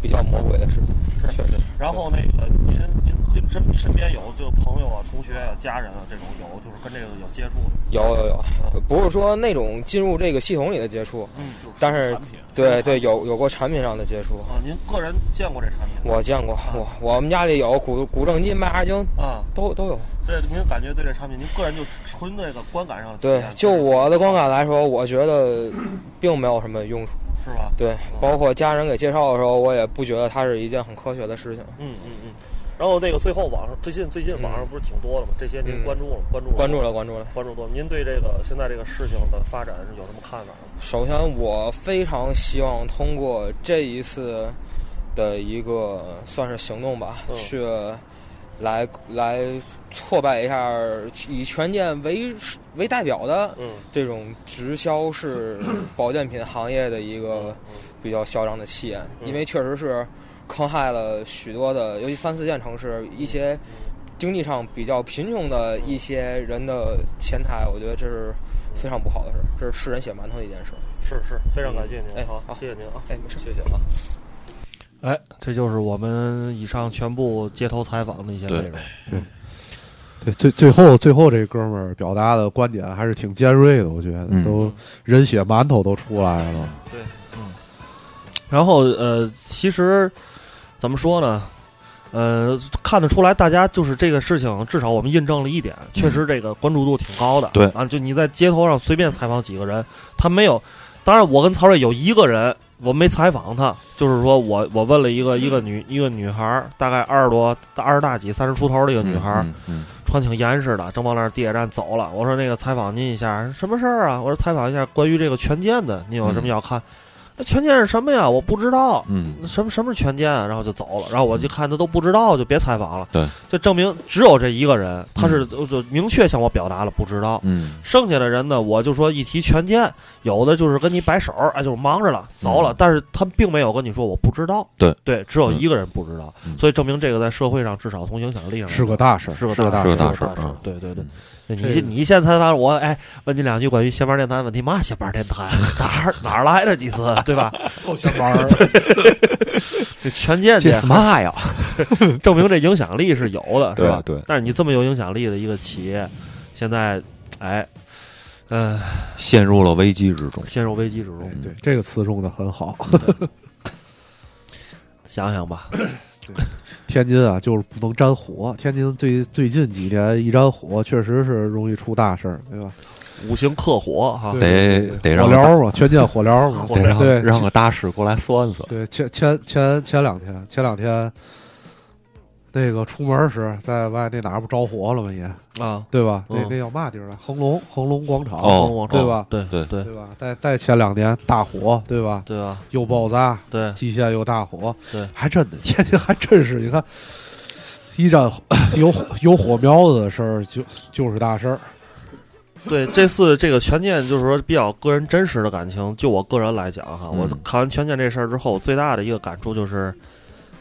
S9: 比较魔鬼的事情，确实。
S2: 然后那个您您您身 身边有就朋友啊、同学啊、家人啊这种有就是跟这个有接触的，
S9: 有有有，不是说那种进入这个系统里的接触，
S2: 嗯，就是
S9: 但是对对有有过产品上的接
S2: 哦
S9: 触，
S2: 啊，您个人见过这产品吗
S9: 我见过，我我们家里有古古正金、麦芽精
S2: 啊，
S9: 都都有。
S2: 所以您感觉对这产品，您个人就纯粹的观感上的体
S9: 对
S2: 验，
S9: 就我的观感来说，我 觉得并没有什么用处。
S2: 是吧？
S9: 对，包括家人给介绍的时候，我也不觉得它是一件很科学的事情。
S2: 嗯嗯嗯。然后那个最后网上最近最近网上不是挺多的吗？这些您
S9: 嗯
S2: 关注了关注了
S9: 关注了，
S2: 关
S9: 关注了。
S2: 关注多吗？您对这个现在这个事情的发展是有什么看法吗？
S9: 首先，我非常希望通过这一次的一个算是行动吧，
S2: 嗯
S9: 去来来挫败一下以权健为为代表的
S2: 嗯
S9: 这种直销式保健品行业的一
S2: 嗯
S9: 个比较嚣张的气焰，因为确实是坑害了许多的，尤其三四线城市一些
S2: 嗯
S9: 经济上比较贫穷的一些人的钱财，我觉得这是非常不好的事，这是吃人血馒头的一件事。
S2: 是是，非常感谢您，
S9: 哎
S2: 好，
S9: 好
S2: 谢谢您啊，
S9: 哎，没事，
S2: 谢谢啊。哎，这就是我们以上全部街头采访的一些内容。
S4: 对，最最后最后这哥们儿表达的观点还是挺尖锐的，我觉得、
S3: 嗯
S4: 都人血馒头都出来了。嗯
S2: 然后呃，其实怎么说呢？呃，看得出来，大家就是这个事情，至少我们印证了一点，确实这个关注度挺高的。
S3: 对
S2: 啊，就你在街头上随便采访几个人，他没有。当然，我跟曹睿有一个人，我没采访他，就是说我我问了一个一个女一个女孩儿，大概二十多二十大几三十出头的一个女孩儿，
S3: 嗯，嗯
S2: 穿挺严实的，正往那儿地铁站走了。我说那个采访您一下，什么事儿啊？我说采访一下关于这个权健的，你有什么要看？那权健是什么呀？我不知道。
S3: 嗯嗯
S2: 什么什么是权健啊？然后就走了。然后我就看他都不知道，就别采访了。
S3: 对，
S2: 就证明只有这一个人，他是就就明确向我表达了不知道。
S3: 嗯
S2: 剩下的人呢，我就说一提权健，有的就是跟你摆手，哎，就是忙着了，走了，
S3: 嗯
S2: 但是他并没有跟你说我不知道。
S3: 对
S2: 对，只有一个人不知道，
S3: 嗯
S2: 所以证明这个在社会上至少从影响力上来
S4: 是
S2: 说
S4: 个大事儿，嗯
S2: 是个
S4: 个
S2: 大
S4: 大
S3: 事儿嗯是
S2: 事儿，
S3: 个
S2: 大
S3: 大事儿嗯
S2: 儿。对对对，
S4: 这
S2: 你
S4: 个
S2: 你一现在发我哎问你两句关于闲班电台问题嘛？闲班电台 哪儿哪儿来的你是对吧？
S4: 够闲玩哦 儿。
S2: 这权健这
S3: 嘛呀？
S2: 证明这影响力是有的，是
S3: 对
S2: 吧？
S3: 对
S2: 但是你这么有影响力的一个企业，现在哎，嗯，
S3: 陷入了危机之中。
S2: 陷入危机之中，
S4: 对，这个词用的很好。
S2: 嗯 想想吧，
S4: 天津啊，就是不能沾火。天津最最近几年一沾火，确实是容易出大事儿，呃对吧？
S2: 五行克火哈，
S4: 对
S3: 得得让
S4: 火燎儿嘛，全建火燎儿嘛，
S3: 得让
S4: 对
S3: 让个大师过来算算。
S4: 对，前前前前两天，前两天那个出门时，在外那哪儿不着火了吗？也
S2: 啊，
S4: 对吧？那
S2: 嗯
S4: 那叫嘛地儿啊？恒隆恒隆广场，
S3: 哦
S2: 往
S4: 对吧
S2: 对
S3: 对
S2: 对
S4: 对吧？再再前两年大火，对吧？
S2: 对吧？
S4: 又爆炸，
S2: 对，
S4: 蓟县又大火，
S2: 对
S4: 还真的，天津还真是，你看，一战有火有火苗子的事儿就就是大事儿，
S2: 对，这次这个权健就是说比较个人真实的感情，就我个人来讲哈，我
S3: 嗯
S2: 看完权健这事儿之后，最大的一个感触就是，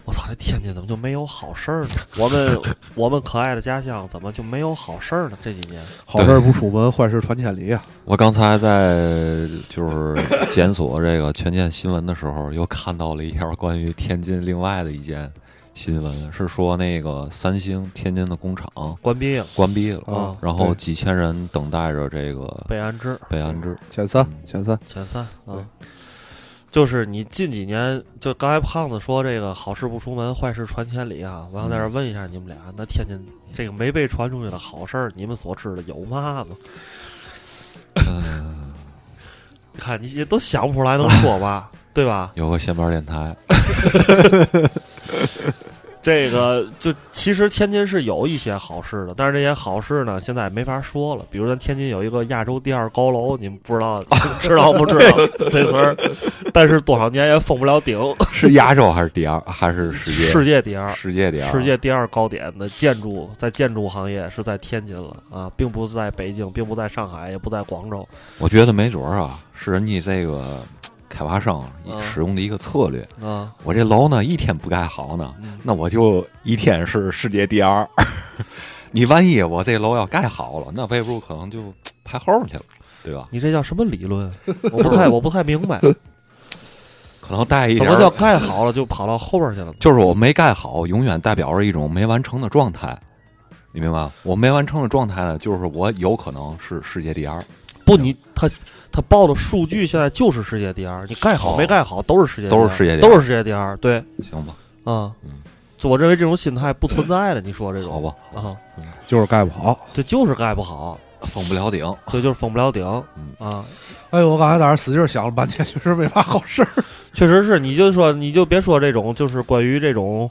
S2: 我操，这天津怎么就没有好事儿呢？我们我们可爱的家乡怎么就没有好事儿呢？这几年，
S4: 好事儿不出门，坏事传千里啊！
S3: 我刚才在就是检索这个权健新闻的时候，又看到了一条关于天津另外的一件新闻，是说那个三星天津的工厂
S2: 官兵
S3: 关闭了，
S2: 啊
S3: 然后
S4: 对
S3: 几千人等待着这个
S2: 被安置
S3: 被安置。嗯
S4: 前三前三，
S2: 前三啊。就是你近几年，就刚才胖子说这个好事不出门，坏事传千里啊。我想在这儿问一下你们俩，那天津这个没被传出去的好事儿，你们所知的有嘛吗？呃看 你也都想不出来能说 吧，对吧？
S3: 有个闲班电台，
S2: 这个就其实天津是有一些好事的，但是这些好事呢，现在也没法说了。比如咱天津有一个亚洲第二高楼，你们不知 道知道不知道这词儿，但是多少年也封不了顶，
S3: 是亚洲还是第二，还是世界？
S2: 世界第二。
S3: 世界第二，
S2: 世界第二高点的建筑，在建筑行业是在天津了啊，并不是在北京，并不在上海，也不在 广州。
S3: 我觉得没准儿啊，是人家这个开发商
S2: 嗯
S3: 使用的一个策略。
S2: 啊，
S3: 我这楼呢，一天不盖好呢，
S2: 嗯
S3: 那我就一天是世界第二。 你万一我这楼要盖好了，那魏不可能就排后去了，对吧？
S2: 你这叫什么理论？啊我不太我不太明白，
S3: 可能带一
S2: 怎
S3: 点
S2: 么叫
S3: 儿，
S2: 盖好了就跑到后边去了？
S3: 就是我没盖好，永远代表着一种没完成的状态。你明白吗？我没完成的状态呢，就是我有可能是世界第二。
S2: 不，你他他报的数据现在就是世界第二，你盖
S3: 哦
S2: 好没盖好都是世界第二，
S3: 都是世界第二
S2: 都是世界第二，对
S3: 行吧，
S2: 啊
S3: 嗯，
S2: 我认为这种心态不存在的。你说这种
S3: 好吧嗯
S2: 啊，
S4: 就是盖不好。
S2: 这就是盖不好，
S3: 封不了顶。
S2: 这就是封不了顶
S3: 嗯
S2: 啊。
S4: 哎呦，我刚才在那儿使劲想了半天，确实没啥好事儿。
S2: 确实是，你就说你就别说这种，就是关于这种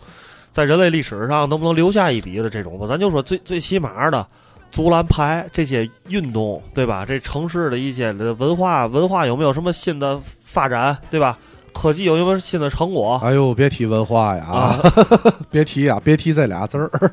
S2: 在人类历史上能不能留下一笔的这种吧，咱就说最最起码的足篮排这些运动，对吧？这城市的一些的文化文化有没有什么新的发展，对吧？科技有没有新的成果
S4: 哎呦，别提文化呀，
S2: 啊？
S4: 别提呀，别提这俩字儿。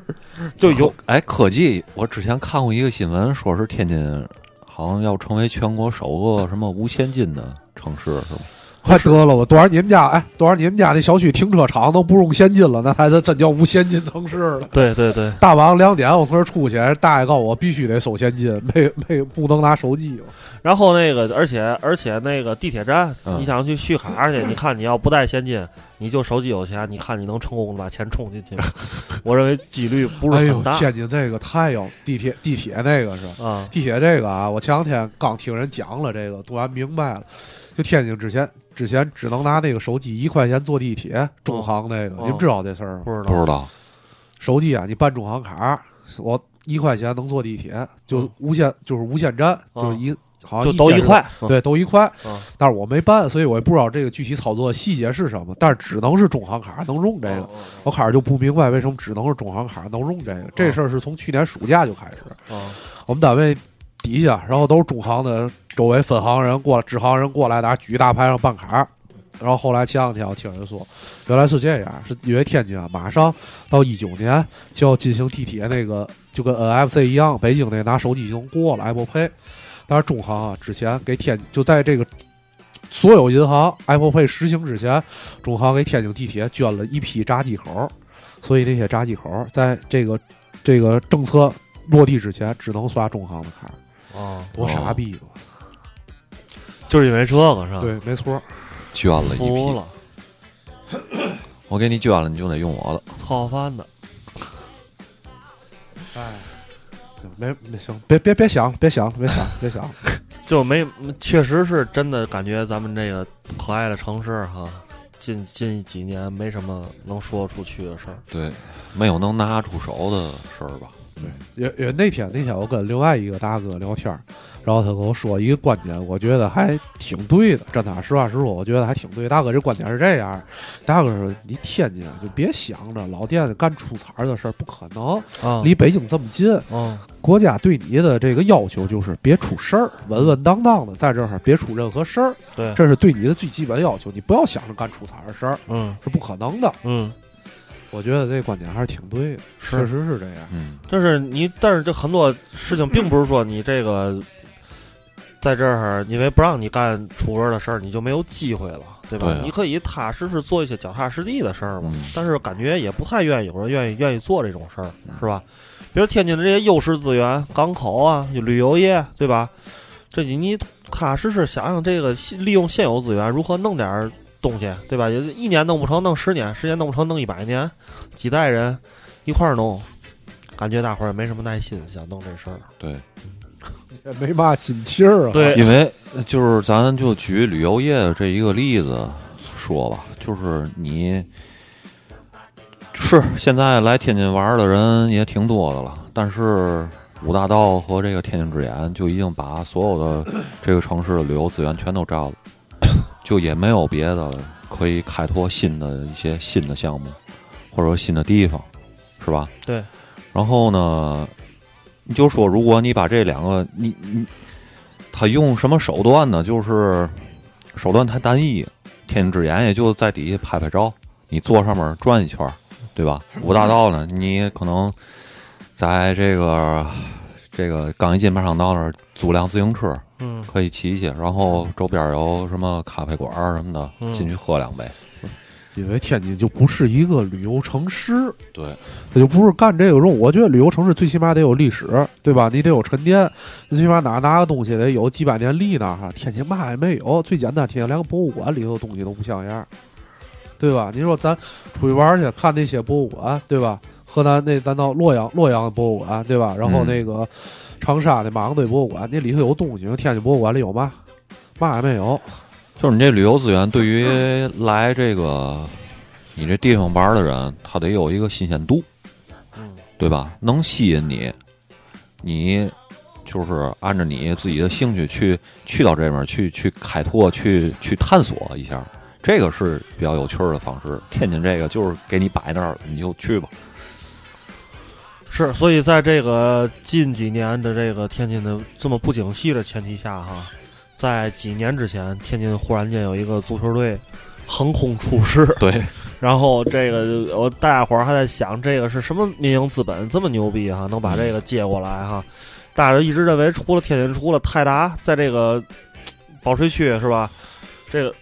S2: 就有
S3: 哎，科技，我之前看过一个新闻，说是天津好像要成为全国首个什么无现金的城市，是吧？
S4: 快得了，我多少你们家哎，多少你们家那小区停车场都不用现金了，那才是真叫无现金城市了。
S2: 对对对，
S4: 大晚上两点，我从这儿出去，大爷告诉我必须得收现金，没没不能拿手机。
S2: 然后那个，而且而且那个地铁站，
S3: 嗯
S2: 你想去续卡去，你看你要不带现金，你就手机有钱，你看你能成功地把钱充进去吗？我认为几率不是
S4: 哎
S2: 很
S4: 呦，
S2: 大
S4: 天津这个太有地铁地铁那个是
S2: 啊。
S4: 地铁这个啊，我前两天刚听人讲了这个，突然明白了，就天津之前之前只能拿那个手机一块钱坐地铁，中行那个，
S2: 哦
S4: 你们知道这事儿吗？
S2: 不知道，
S3: 不知道，
S4: 手机啊，你办中行卡，我一块钱能坐地铁，就
S2: 嗯
S4: 无限就是无限站，
S2: 哦
S4: 就是一好像
S2: 就都
S4: 一
S2: 一
S4: 件
S2: 块，嗯
S4: 对，都一块
S2: 嗯。
S4: 但是我没办，所以我也不知道这个具体操作细节是什么。但是只能是中行卡能用这个，我开始就不明白为什么只能是中行卡能用这个。这事儿是从去年暑假就开始，
S2: 啊，
S4: 我们单位底下，然后都是中行的周围分行人过来，支行人过来拿举大牌上办卡。然后后来前两天我听人说，原来是这样，是因为天津啊，马上到一九年就要进行地铁那个，就跟 NFC 一样，北京那拿手机就能过了 Apple Pay，但是中行啊之前给天就在这个所有银行 Apple Pay 实行之前，中行给天津地铁捐了一批闸机口，所以那些闸机口在这个这个政策落地之前只能刷中行的卡，
S2: 哦，
S4: 多傻逼吧？
S2: 就是因为这个是吧？，
S4: 对，没错。
S3: 捐了一
S2: 服
S3: 批，
S2: 了，
S3: 我给你捐了，你就得用我的。
S2: 操饭的，
S4: 哎，没没行，别别别想，别想，别想，别想。
S2: 就没，确实是真的感觉咱们这个可爱的城市哈，近近几年没什么能说出去的事儿。
S3: 对，没有能拿出手的事儿吧？
S4: 也也那天那天我跟另外一个大哥聊天儿，然后他跟我说一个观点，我觉得还挺对的。真的，实话实说，我觉得还挺对。大哥这观点是这样儿，大哥说你天津啊就别想着老惦记干出彩儿的事儿，不可能。
S2: 啊，
S4: 离北京这么近，
S2: 嗯
S4: 国家对你的这个要求就是别出事儿，稳稳当当的在这儿别出任何事儿，
S8: 嗯
S2: 对
S4: 这是对你的最基本要求。你不要想着干出彩儿的事儿，
S2: 嗯
S4: 是不可能的。
S2: 嗯，
S4: 我觉得这观点还是挺对的，
S2: 是
S4: 确实是这样。
S3: 嗯，
S2: 就是你，但是这很多事情并不是说你这个在这儿因为不让你干出格的事儿，你就没有机会了，对吧？
S3: 对啊
S2: 你可以踏踏实实做一些脚踏实地的事儿嘛。
S3: 嗯
S2: 但是感觉也不太愿意有人愿意愿意做这种事儿
S3: 嗯，
S2: 是吧？比如天津的这些优势资源，港口啊，有旅游业，对吧？这你你踏踏实实想想这个现利用现有资源如何弄点儿东西，对吧？也就一年弄不成，弄十年；十年弄不成，弄一百年，几代人一块儿弄，感觉大伙儿也没什么耐心想弄这事儿。
S3: 对，
S4: 也没嘛心气儿啊。
S2: 对，
S3: 因为呃就是咱就举旅游业这一个例子说吧，就是你是现在来天津玩的人也挺多的了，但是五大道和这个天津之眼就已经把所有的这个城市的旅游资源全都占了，就也没有别的可以开拓新的一些新的项目，或者说新的地方，是吧？
S2: 对。
S3: 然后呢，你就说，如果你把这两个，你你他用什么手段呢？就是手段太单一，天津之眼也就在底下拍拍照，你坐上面转一圈儿，对吧？五大道呢，你可能在这个这个刚一进马场道那儿租辆自行车
S2: 嗯，
S3: 可以骑去，然后周边有什么咖啡馆儿什么
S2: 嗯
S3: 的，进去喝两杯。
S4: 因为天津就不是一个旅游城市，
S3: 对，
S4: 它就不是干这个用。我觉得旅游城市最起码得有历史，对吧？你得有沉淀，最起码哪哪个东西得有几百年历呢？哈，天津嘛也没有，最简单，天津连个博物馆里头东西都不像样，对吧？你说咱出去玩儿去看那些博物馆，对吧？河南那咱到洛阳，洛阳的博物馆，对吧？然后
S3: 嗯
S4: 那个长沙的马王堆博物馆，那里头有东西，天津博物馆里有嘛？嘛也没有。
S3: 就是你这旅游资源对于来这个你这地方玩的人，他得有一个新鲜度，对吧？能吸引你，你就是按照你自己的兴趣去去到这面儿去去开拓去去探索一下，这个是比较有趣儿的方式。天津这个就是给你摆那儿了，你就去吧。
S2: 是，所以在这个近几年的这个天津的这么不景气的前提下，哈，在几年之前，天津忽然间有一个足球队横空出世，
S3: 对，
S2: 然后这个我大家伙儿还在想，这个是什么民营资本这么牛逼哈、能把这个接过来哈、大家一直认为除了天津，除了泰达，在这个保税区是吧？这个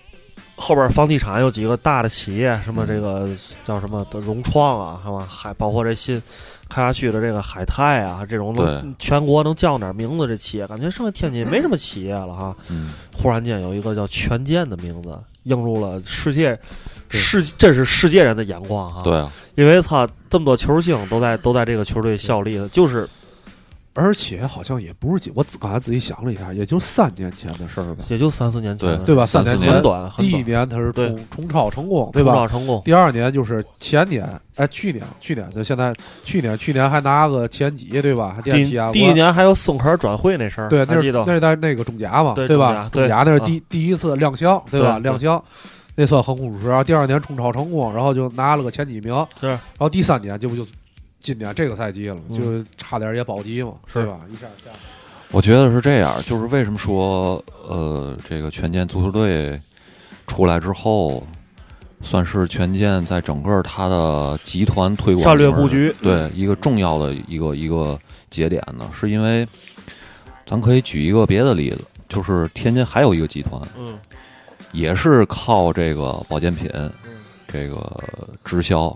S2: 后边房地产有几个大的企业，什
S3: 嗯
S2: 么这个叫什么的融创啊，什么还包括这新开发区的这个海泰啊，这种
S3: 对
S2: 能全国能叫点名字这企业，感觉剩下天津也没什么企业了哈、
S3: 嗯，
S2: 忽然间有一个叫权健的名字映入了世界世，这是世界人的眼光啊！
S3: 对，啊，
S2: 因为操，这么多球星都在都在这个球队效力了，就是
S4: 而且好像也不是几，我刚才仔细想了一下，也就三年前的事儿吧，
S2: 也就三四年前的
S3: 对
S2: 事儿，
S4: 对吧？
S3: 三
S4: 三
S3: 四
S4: 年
S3: 年
S4: 前
S2: 很短，很
S4: 第一
S2: 短，
S4: 年他是
S2: 对
S4: 冲冲超成功，对吧
S2: 创？造成功，
S4: 第二年就是前年，哎，去年，去年就现在，去年，去年还拿个前几，对吧？还
S2: 第
S4: 第啊
S2: 第一，年还有松壳转会那事儿，
S4: 对，那
S2: 还
S4: 是
S2: 记得
S4: 那是在那个中甲嘛，
S2: 对中
S4: 吧
S2: 甲？
S4: 中
S2: 对
S4: 甲那是第第一次亮相，对吧？
S2: 对对
S4: 亮相，那算横空出世。然后啊第二年冲超成功，然后就拿了个前几名，
S2: 是
S4: 然后第三年这不就今年这个赛季了，
S2: 嗯
S4: 就差点也保级嘛，
S2: 是
S4: 对吧？一下下来。
S3: 我觉得是这样，就是为什么说呃，这个权健足球队出来之后，算是权健在整个它的集团推广
S2: 战略
S3: 里面
S2: 布局
S3: 对一个重要的一个一个节点呢，是因为咱可以举一个别的例子，就是天津还有一个集团
S2: 嗯
S3: 也是靠这个保健品
S2: 嗯
S3: 这个直销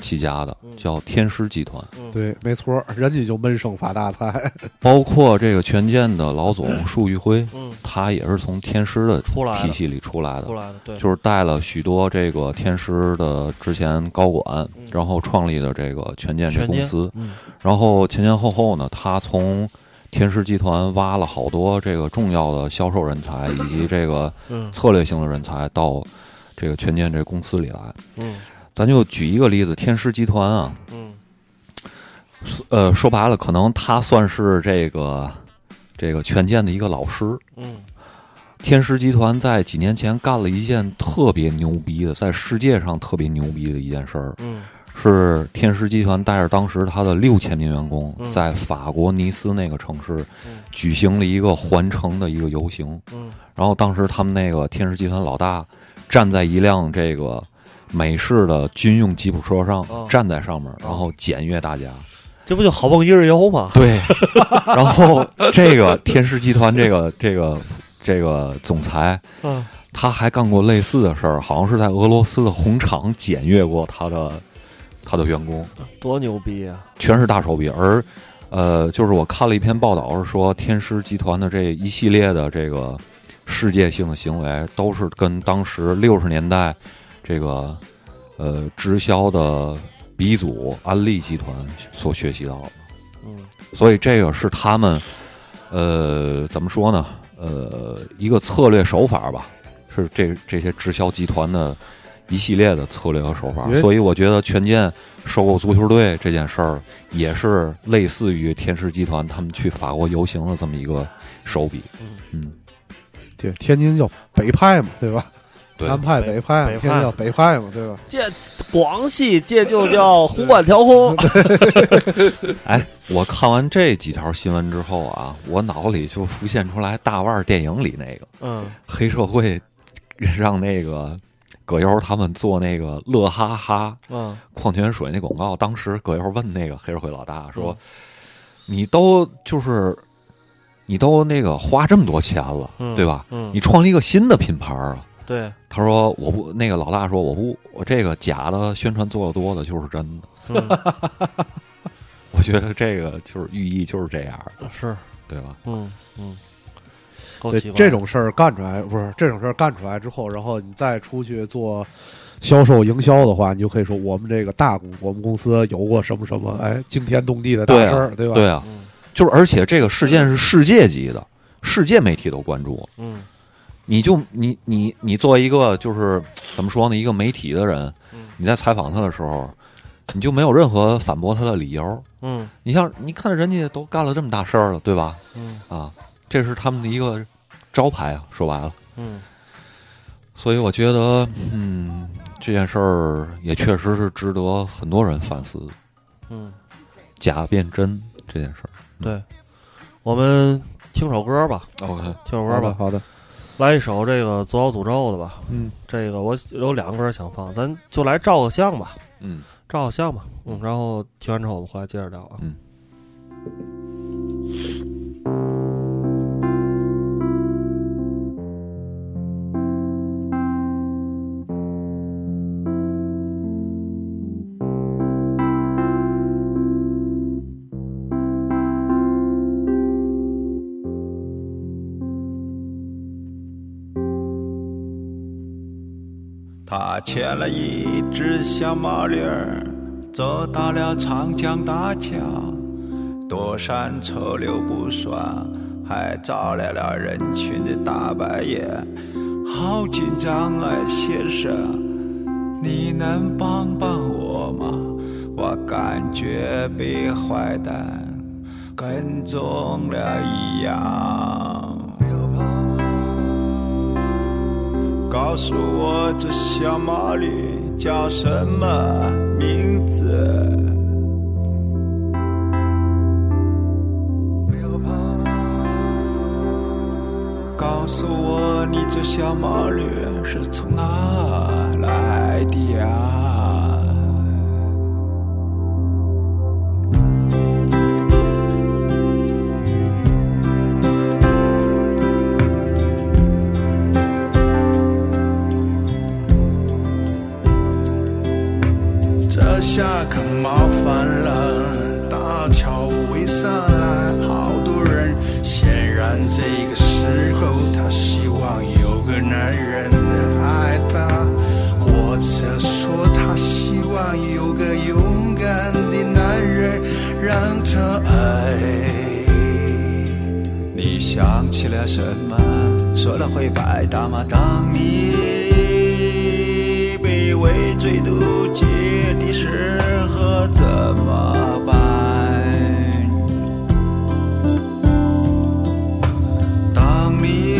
S3: 起家的，
S2: 嗯
S3: 叫天狮集团。
S4: 对，没错儿，人家就闷声发大财。
S3: 包括这个权健的老总束昱辉，
S2: 嗯，
S3: 他也是从天狮的
S2: 出来
S3: 体
S2: 的
S3: 系里出来的
S2: 出，来的对，
S3: 就是带了许多这个天狮的之前高管
S2: 嗯，
S3: 然后创立的这个权健这
S2: 权
S3: 公
S2: 健
S3: 司，
S2: 嗯
S3: 然后前前后后呢，他从天狮集团挖了好多这个重要的销售人才以及这个
S2: 嗯
S3: 策略性的人才到这个权健这公司里来。
S2: 嗯
S3: 咱就举一个例子，天狮集团啊，
S2: 嗯，
S3: 呃，说白了，可能他算是这个这个权健的一个老师。
S2: 嗯
S3: 天狮集团在几年前干了一件特别牛逼的，在世界上特别牛逼的一件事儿，
S2: 嗯
S3: 是天狮集团带着当时他的六千名员工，
S2: 嗯
S3: 在法国尼斯那个城市
S2: 嗯
S3: 举行了一个环城的一个游行。
S2: 嗯
S3: 然后当时他们那个天狮集团老大站在一辆这个美式的军用吉普车上，
S2: 哦
S3: 站在上面，然后检阅大家。
S2: 这不就好梦一日游吗？
S3: 对， 然后这个天狮集团这个这个这个总裁，
S2: 嗯，
S3: 他还干过类似的事儿，好像是在俄罗斯的红场检阅过他的他的员工，
S2: 多牛逼啊！
S3: 全是大手笔。而呃，就是我看了一篇报道，是说天狮集团的这一系列的这个世界性的行为，都是跟当时六十年代这个呃直销的鼻祖安利集团所学习到的。
S2: 嗯
S3: 所以这个是他们，呃，怎么说呢？呃，一个策略手法吧，是这这些直销集团的一系列的策略和手法
S4: 因。为
S3: 所以我觉得权健收购足球队这件事儿，也是类似于天狮集团他们去法国游行的这么一个手笔。嗯，
S4: 对，天津叫北派嘛，对吧？
S3: 对，
S4: 南派、
S2: 北
S4: 北派嘛，
S2: 北派
S4: 天津叫北派嘛，对吧？
S2: 这广西这就叫红馆调控，
S3: 哎，我看完这几条新闻之后啊，我脑子里就浮现出来大腕儿电影里那个。
S2: 嗯
S3: 黑社会让那个葛优他们做那个乐哈哈
S2: 嗯
S3: 矿泉水那广告，当时葛优问那个黑社会老大
S2: 嗯
S3: 说：“你都就是你都那个花这么多钱了，
S2: 嗯，
S3: 对吧？
S2: 嗯，
S3: 你创立一个新的品牌啊
S2: 对，？”
S3: 他说：“我不，那个老大说我不，我这个假的宣传做的多的就是真的。
S2: 嗯。”
S3: 我觉得这个就是寓意就是这样的，
S2: 是，
S3: 对吧？
S2: 嗯嗯，够
S4: 对
S2: 奇怪。
S4: 这种事儿干出来，不是这种事儿干出来之后，然后你再出去做销售营销的话，你就可以说我们这个大公，我们公司有过什么什么，哎，惊天动地的大
S3: 对啊
S4: 事儿，对吧？
S3: 对啊，
S2: 嗯
S3: 就是而且这个事件是世界级的，世界媒体都关注。
S2: 嗯
S3: 你就你你你作为一个就是怎么说呢，一个媒体的人
S2: 嗯，
S3: 你在采访他的时候，你就没有任何反驳他的理由。
S2: 嗯
S3: 你像你看人家都干了这么大事儿了，对吧？
S2: 嗯
S3: 啊，这是他们的一个招牌啊，说白了。
S2: 嗯
S3: 所以我觉得，嗯，这件事儿也确实是值得很多人反思，
S2: 嗯，
S3: 假变真这件事儿。
S2: 对，我们听首歌吧，
S3: OK，
S2: 听首歌吧，
S4: 哦好的，
S2: 来一首这个《左摇诅咒》的吧。
S4: 嗯，
S2: 这个我有两个歌想放，咱就来照个相吧，
S3: 嗯，
S2: 照个相吧。嗯，然后听完之后我们回来接着聊啊。
S3: 嗯
S10: 他牵了一只小毛驴儿，走到了长江大桥，多山丑柳不算，还招来了人群的大半夜。好紧张啊，先生，你能帮帮我吗？我感觉被坏蛋跟踪了一样。告诉我这小毛驴叫什么名字？告诉我你这小毛驴是从哪来的呀、
S11: 这下可麻烦了，大桥围上来好多人，显然这个时候他希望有个男人能爱他，或者说他希望有个勇敢的男人让他爱。
S10: 你想起了什么？说了会白搭吗？当你被围追堵截的时候怎么办？当你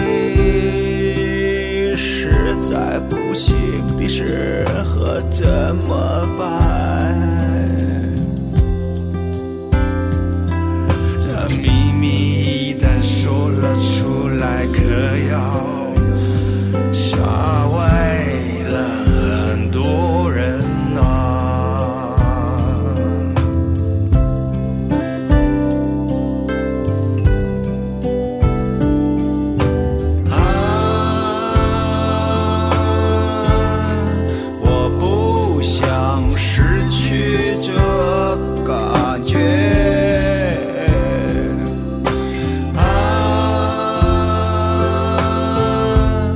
S10: 实在不行的时候怎么办？
S11: 这秘密一旦说了出来，可要吓坏了很多人啊！
S10: 我不想失去这感觉。啊，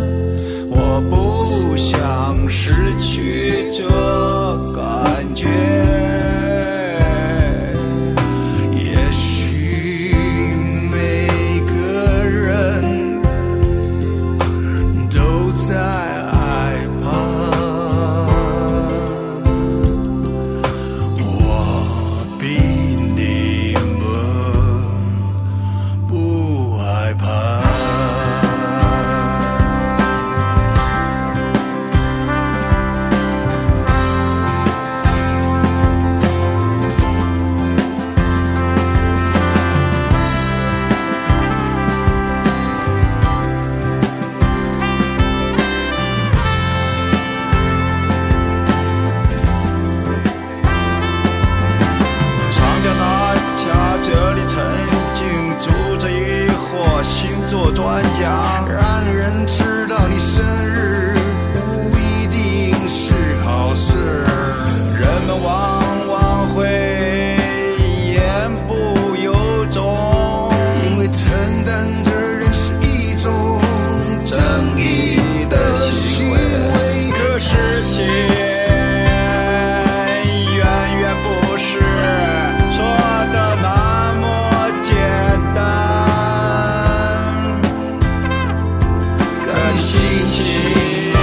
S10: 我不想失去这感觉。
S11: 也许每个人都在害怕，我比你们不害怕。
S10: 长江大桥这里曾经住着一伙星座专家。
S11: 让人知道你生日不一定是好事。
S10: 人们往往会言不由衷，
S11: 因为承担责任是一种正义的行为。
S10: 可事情远远不是说的那么简单。
S11: 让你心情
S10: 啊啊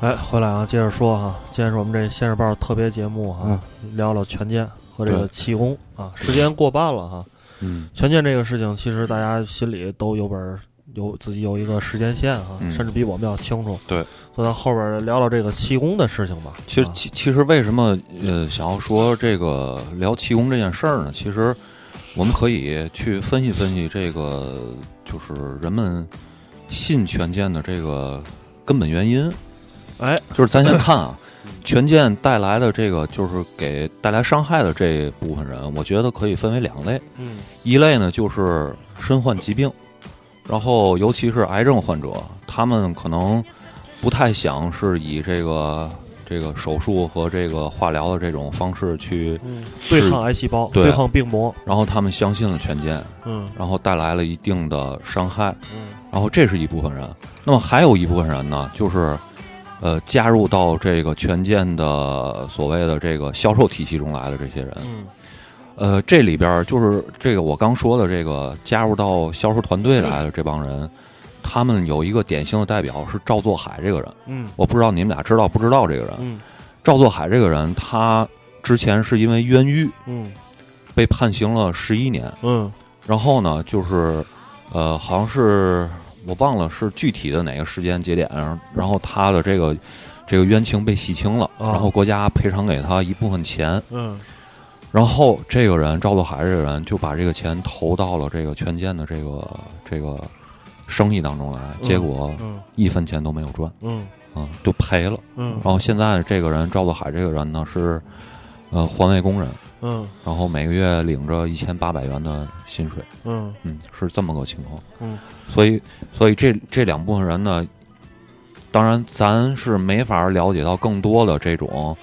S2: 哎，回来啊，接着说哈，今天是我们这《先生报》特别节目哈、聊聊权健和这个
S3: 嗯对
S2: 气功啊，时间过半了哈。
S3: 嗯，
S2: 权健这个事情，其实大家心里都有本儿有自己有一个时间线哈、
S3: 嗯
S2: 甚至比我们要清楚。
S3: 对，
S2: 所以咱后边儿聊聊这个气功的事情吧。
S3: 其实，其其实为什么呃想要说这个聊气功这件事儿呢？其实我们可以去分析分析这个，就是人们信权健的这个根本原因。
S2: 哎，
S3: 就是咱先看啊，权健带来的这个，就是给带来伤害的这部分人，我觉得可以分为两类。
S2: 嗯，
S3: 一类呢就是身患疾病，然后尤其是癌症患者，他们可能不太想是以这个这个手术和这个化疗的这种方式去、
S2: 嗯对抗癌细胞对抗病魔，
S3: 然后他们相信了权健，
S2: 嗯
S3: 然后带来了一定的伤害，
S2: 嗯，
S3: 然后这是一部分人。那么还有一部分人呢，就是呃加入到这个权健的所谓的这个销售体系中来的这些人，
S2: 嗯。
S3: 呃，这里边儿就是这个我刚说的这个加入到销售团队来的这帮人，他们有一个典型的代表是赵作海这个人。
S2: 嗯
S3: 我不知道你们俩知道不知道这个人。
S2: 嗯，
S3: 赵作海这个人，他之前是因为冤狱，
S2: 嗯，
S3: 被判刑了十一年。
S2: 嗯，
S3: 然后呢，就是呃，好像是我忘了是具体的哪个时间节点，然后他的这个这个冤情被洗清了，
S2: 啊
S3: 然后国家赔偿给他一部分钱。
S2: 嗯
S3: 然后这个人赵作海这个人就把这个钱投到了这个权健的这个这个生意当中来，结果
S2: 嗯
S3: 一分钱都没有赚，
S2: 嗯
S3: 嗯，就赔了，
S2: 嗯
S3: 然后现在这个人赵作海这个人呢是呃环卫工人，
S2: 嗯，
S3: 然后每个月领着一千八百元的薪水，
S2: 嗯
S3: 嗯，是这么个情况，
S2: 嗯，
S3: 所以所以这这两部分人呢，当然咱是没法了解到更多的这种，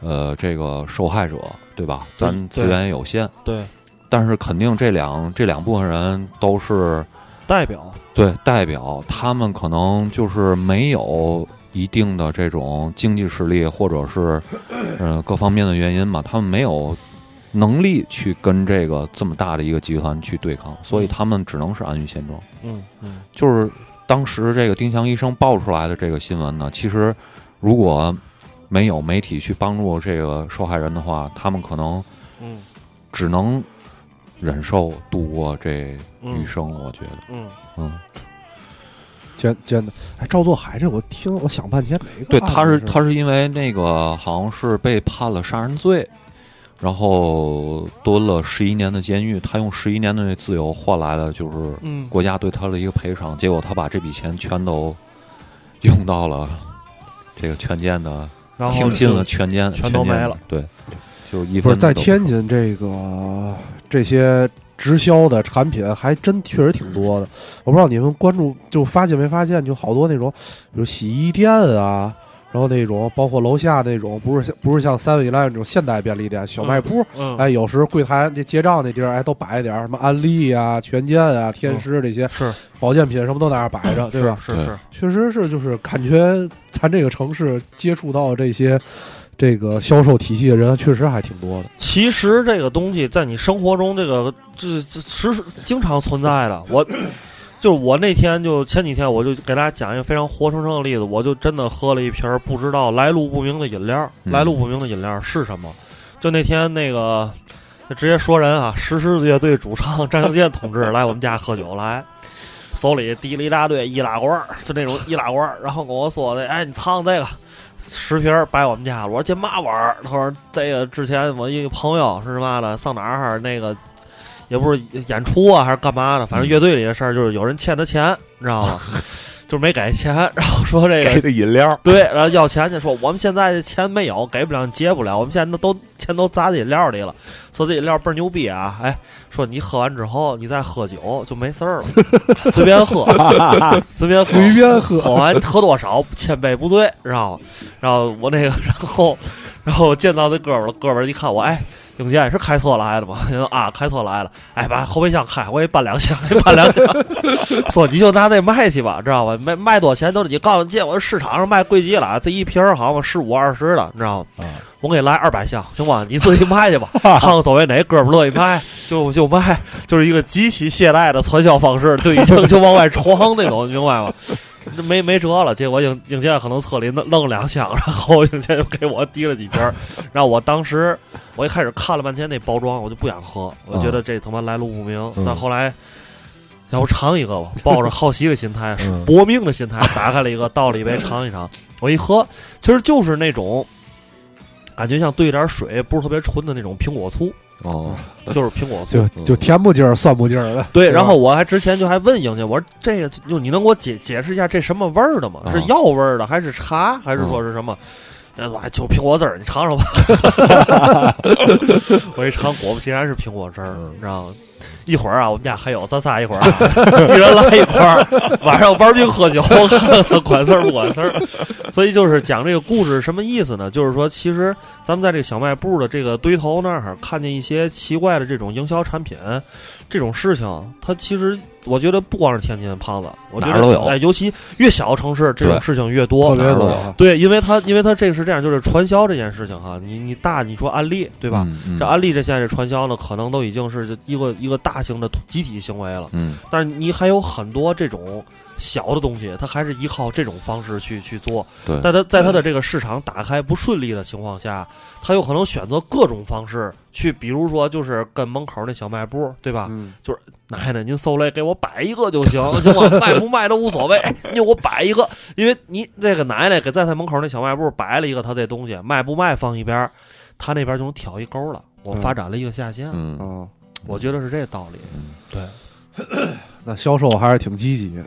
S3: 呃，这个受害者，对吧？咱
S2: 对
S3: 资源也有限，
S2: 对，
S3: 但是肯定这两这两部分人都是
S2: 代表，
S3: 对代表，他们可能就是没有一定的这种经济实力，或者是嗯、呃各方面的原因嘛，他们没有能力去跟这个这么大的一个集团去对抗，所以他们只能是安于现状。
S2: 嗯嗯
S3: 就是当时这个丁香医生爆出来的这个新闻呢，其实如果没有媒体去帮助这个受害人的话，他们可能
S2: 嗯
S3: 只能忍受度过这
S2: 嗯
S3: 余生了。我觉得，
S2: 嗯
S3: 嗯，
S4: 简简单，哎，赵作海这我听我想半天没
S3: 对，他是他是因为那个好像是被判了杀人罪，然后蹲了十一年的监狱，他用十一年的那自由换来了就是
S2: 嗯
S3: 国家对他的一个赔偿，结果他把这笔钱全都 用到了这个权健的，
S2: 然后
S3: 听进
S2: 就
S3: 了权健，
S2: 全都
S3: 权健
S2: 没了
S3: 对，就一
S4: 不
S3: 分
S4: 是在
S3: 都
S4: 天津这个这些直销的产品还真确实挺多的。我不知道你们关注就发现没发现，就好多那种，比如洗衣店啊，然后那种包括楼下那种，不是像不是像 Seven Eleven 那种现代便利店小卖部，
S2: 嗯嗯
S4: 哎，有时柜台这结账那地儿，哎，都摆一点儿什么安利啊、权健啊、
S3: 嗯
S4: 天师这些、
S2: 是
S4: 保健品什么都在那儿摆着，对吧？
S2: 是是是，
S4: 确实是，就是感觉咱这个城市接触到这些这个销售体系的人，确实还挺多的。
S2: 其实这个东西在你生活中，这个这这时时经常存在的。我就是我那天就前几天，我就给大家讲一个非常活生生的例子，我就真的喝了一瓶儿不知道来路不明的饮料，
S3: 嗯
S2: 来路不明的饮料是什么？就那天那个直接说人啊，石狮子乐队主唱张敬健同志来我们家喝酒来。手里提了一大堆易拉罐儿，就那种易拉罐儿，然后跟我说的，哎，你尝这个，十瓶儿摆我们家了。我说这嘛玩意儿？他说这个之前我一个朋友是什么的，上哪儿那个也不是演出啊还是干嘛的，反正乐队里的事儿就是有人欠他钱，你知道吗？ 就是没给钱，然后说 这个
S3: 给的饮料，
S2: 对，然后要钱去说我们现在这钱没有，给不了，结不了，我们现在都钱都砸在饮料里了，说这饮料倍儿牛逼啊！哎，说你喝完之后你再喝酒就没事儿了，随便 喝，随便喝，
S4: 随便喝
S2: 喝完喝多少千杯不醉，知道吗？然后我那个，然后然后我见到那哥们儿了，哥们儿一看我，哎。永健是开车来的吗？ 他说啊，开车来了。哎，把后备箱开，我给搬两箱， 给搬两箱。 说你就拿那卖去吧，知道吧？卖卖多少钱都得你告诉你，我市场上卖贵极了，啊这一瓶儿好像十五二十的，你知道吗？我给你来二百箱，行吧？你自己卖去吧，看看所谓哪哥们儿乐意卖就就卖， 就是一个极其懈怠的传销方式，就已经就往外闯那种，你明白吗？没没辙了，结果影影监可能侧林愣了两响，然后影监就给我递了几瓶儿，然后我当时我一开始看了半天那包装，我就不想喝，我觉得这他妈来路不明。
S12: 嗯
S2: 但后来。要不尝一个吧，抱着好奇的心态、
S12: 嗯
S2: 搏命的心态，打开了一个，倒了一杯，尝一尝。我一喝，其实就是那种感觉像兑一点水，不是特别纯的那种苹果醋。
S3: 哦，
S2: 就是苹果醋
S4: 就，就甜不劲儿，蒜不劲儿的。
S2: 对，
S4: 是吧
S2: 然后我还之前就还问莹姐，我说这个就你能给我解解释一下这什么味儿的吗？
S4: 啊
S2: 是药味儿的，还是茶，还是
S4: 嗯
S2: 说是什么？那我还就苹果汁儿，你尝尝吧。 我一尝，果不其然是苹果汁儿，
S4: 嗯
S2: 你知道吗？一会儿啊，我们家还有，咱仨一会儿啊， 一人来一块儿，晚上玩命喝酒， 管事儿不管事儿。 所以就是讲这个故事是什么意思呢？就是说，其实咱们在这个小卖部的这个堆头那儿看见一些奇怪的这种营销产品，这种事情，它其实我觉得不光是天津胖子，我觉
S3: 哪
S2: 得
S3: 儿都有
S2: 哎，尤其越小城市这种
S3: 对
S2: 事情越多，
S3: 特别多啊
S2: 对，因为它因为它这个是这样，就是传销这件事情哈，你你大你说安利对吧？
S3: 嗯嗯
S2: 这安利这现在这传销呢，可能都已经是一个一个大型的集体行为了。
S3: 嗯，
S2: 但是你还有很多这种小的东西，它还是依靠这种方式去去做。
S3: 对
S2: 但它在它的这个市场打开不顺利的情况下，它有可能选择各种方式去，比如说就是跟门口那小卖部，对吧？就是奶奶，您受累给我摆一个就行，行吗？卖不卖都无所谓，哎你给我摆一个，因为你那个奶奶给在他门口那小卖部摆了一个他这东西，卖不卖放一边儿，他那边就能挑一钩了。我发展了一个下线，
S3: 嗯
S4: 哦，
S2: 我觉得是这道理，对。
S4: 那销售还是挺积极的，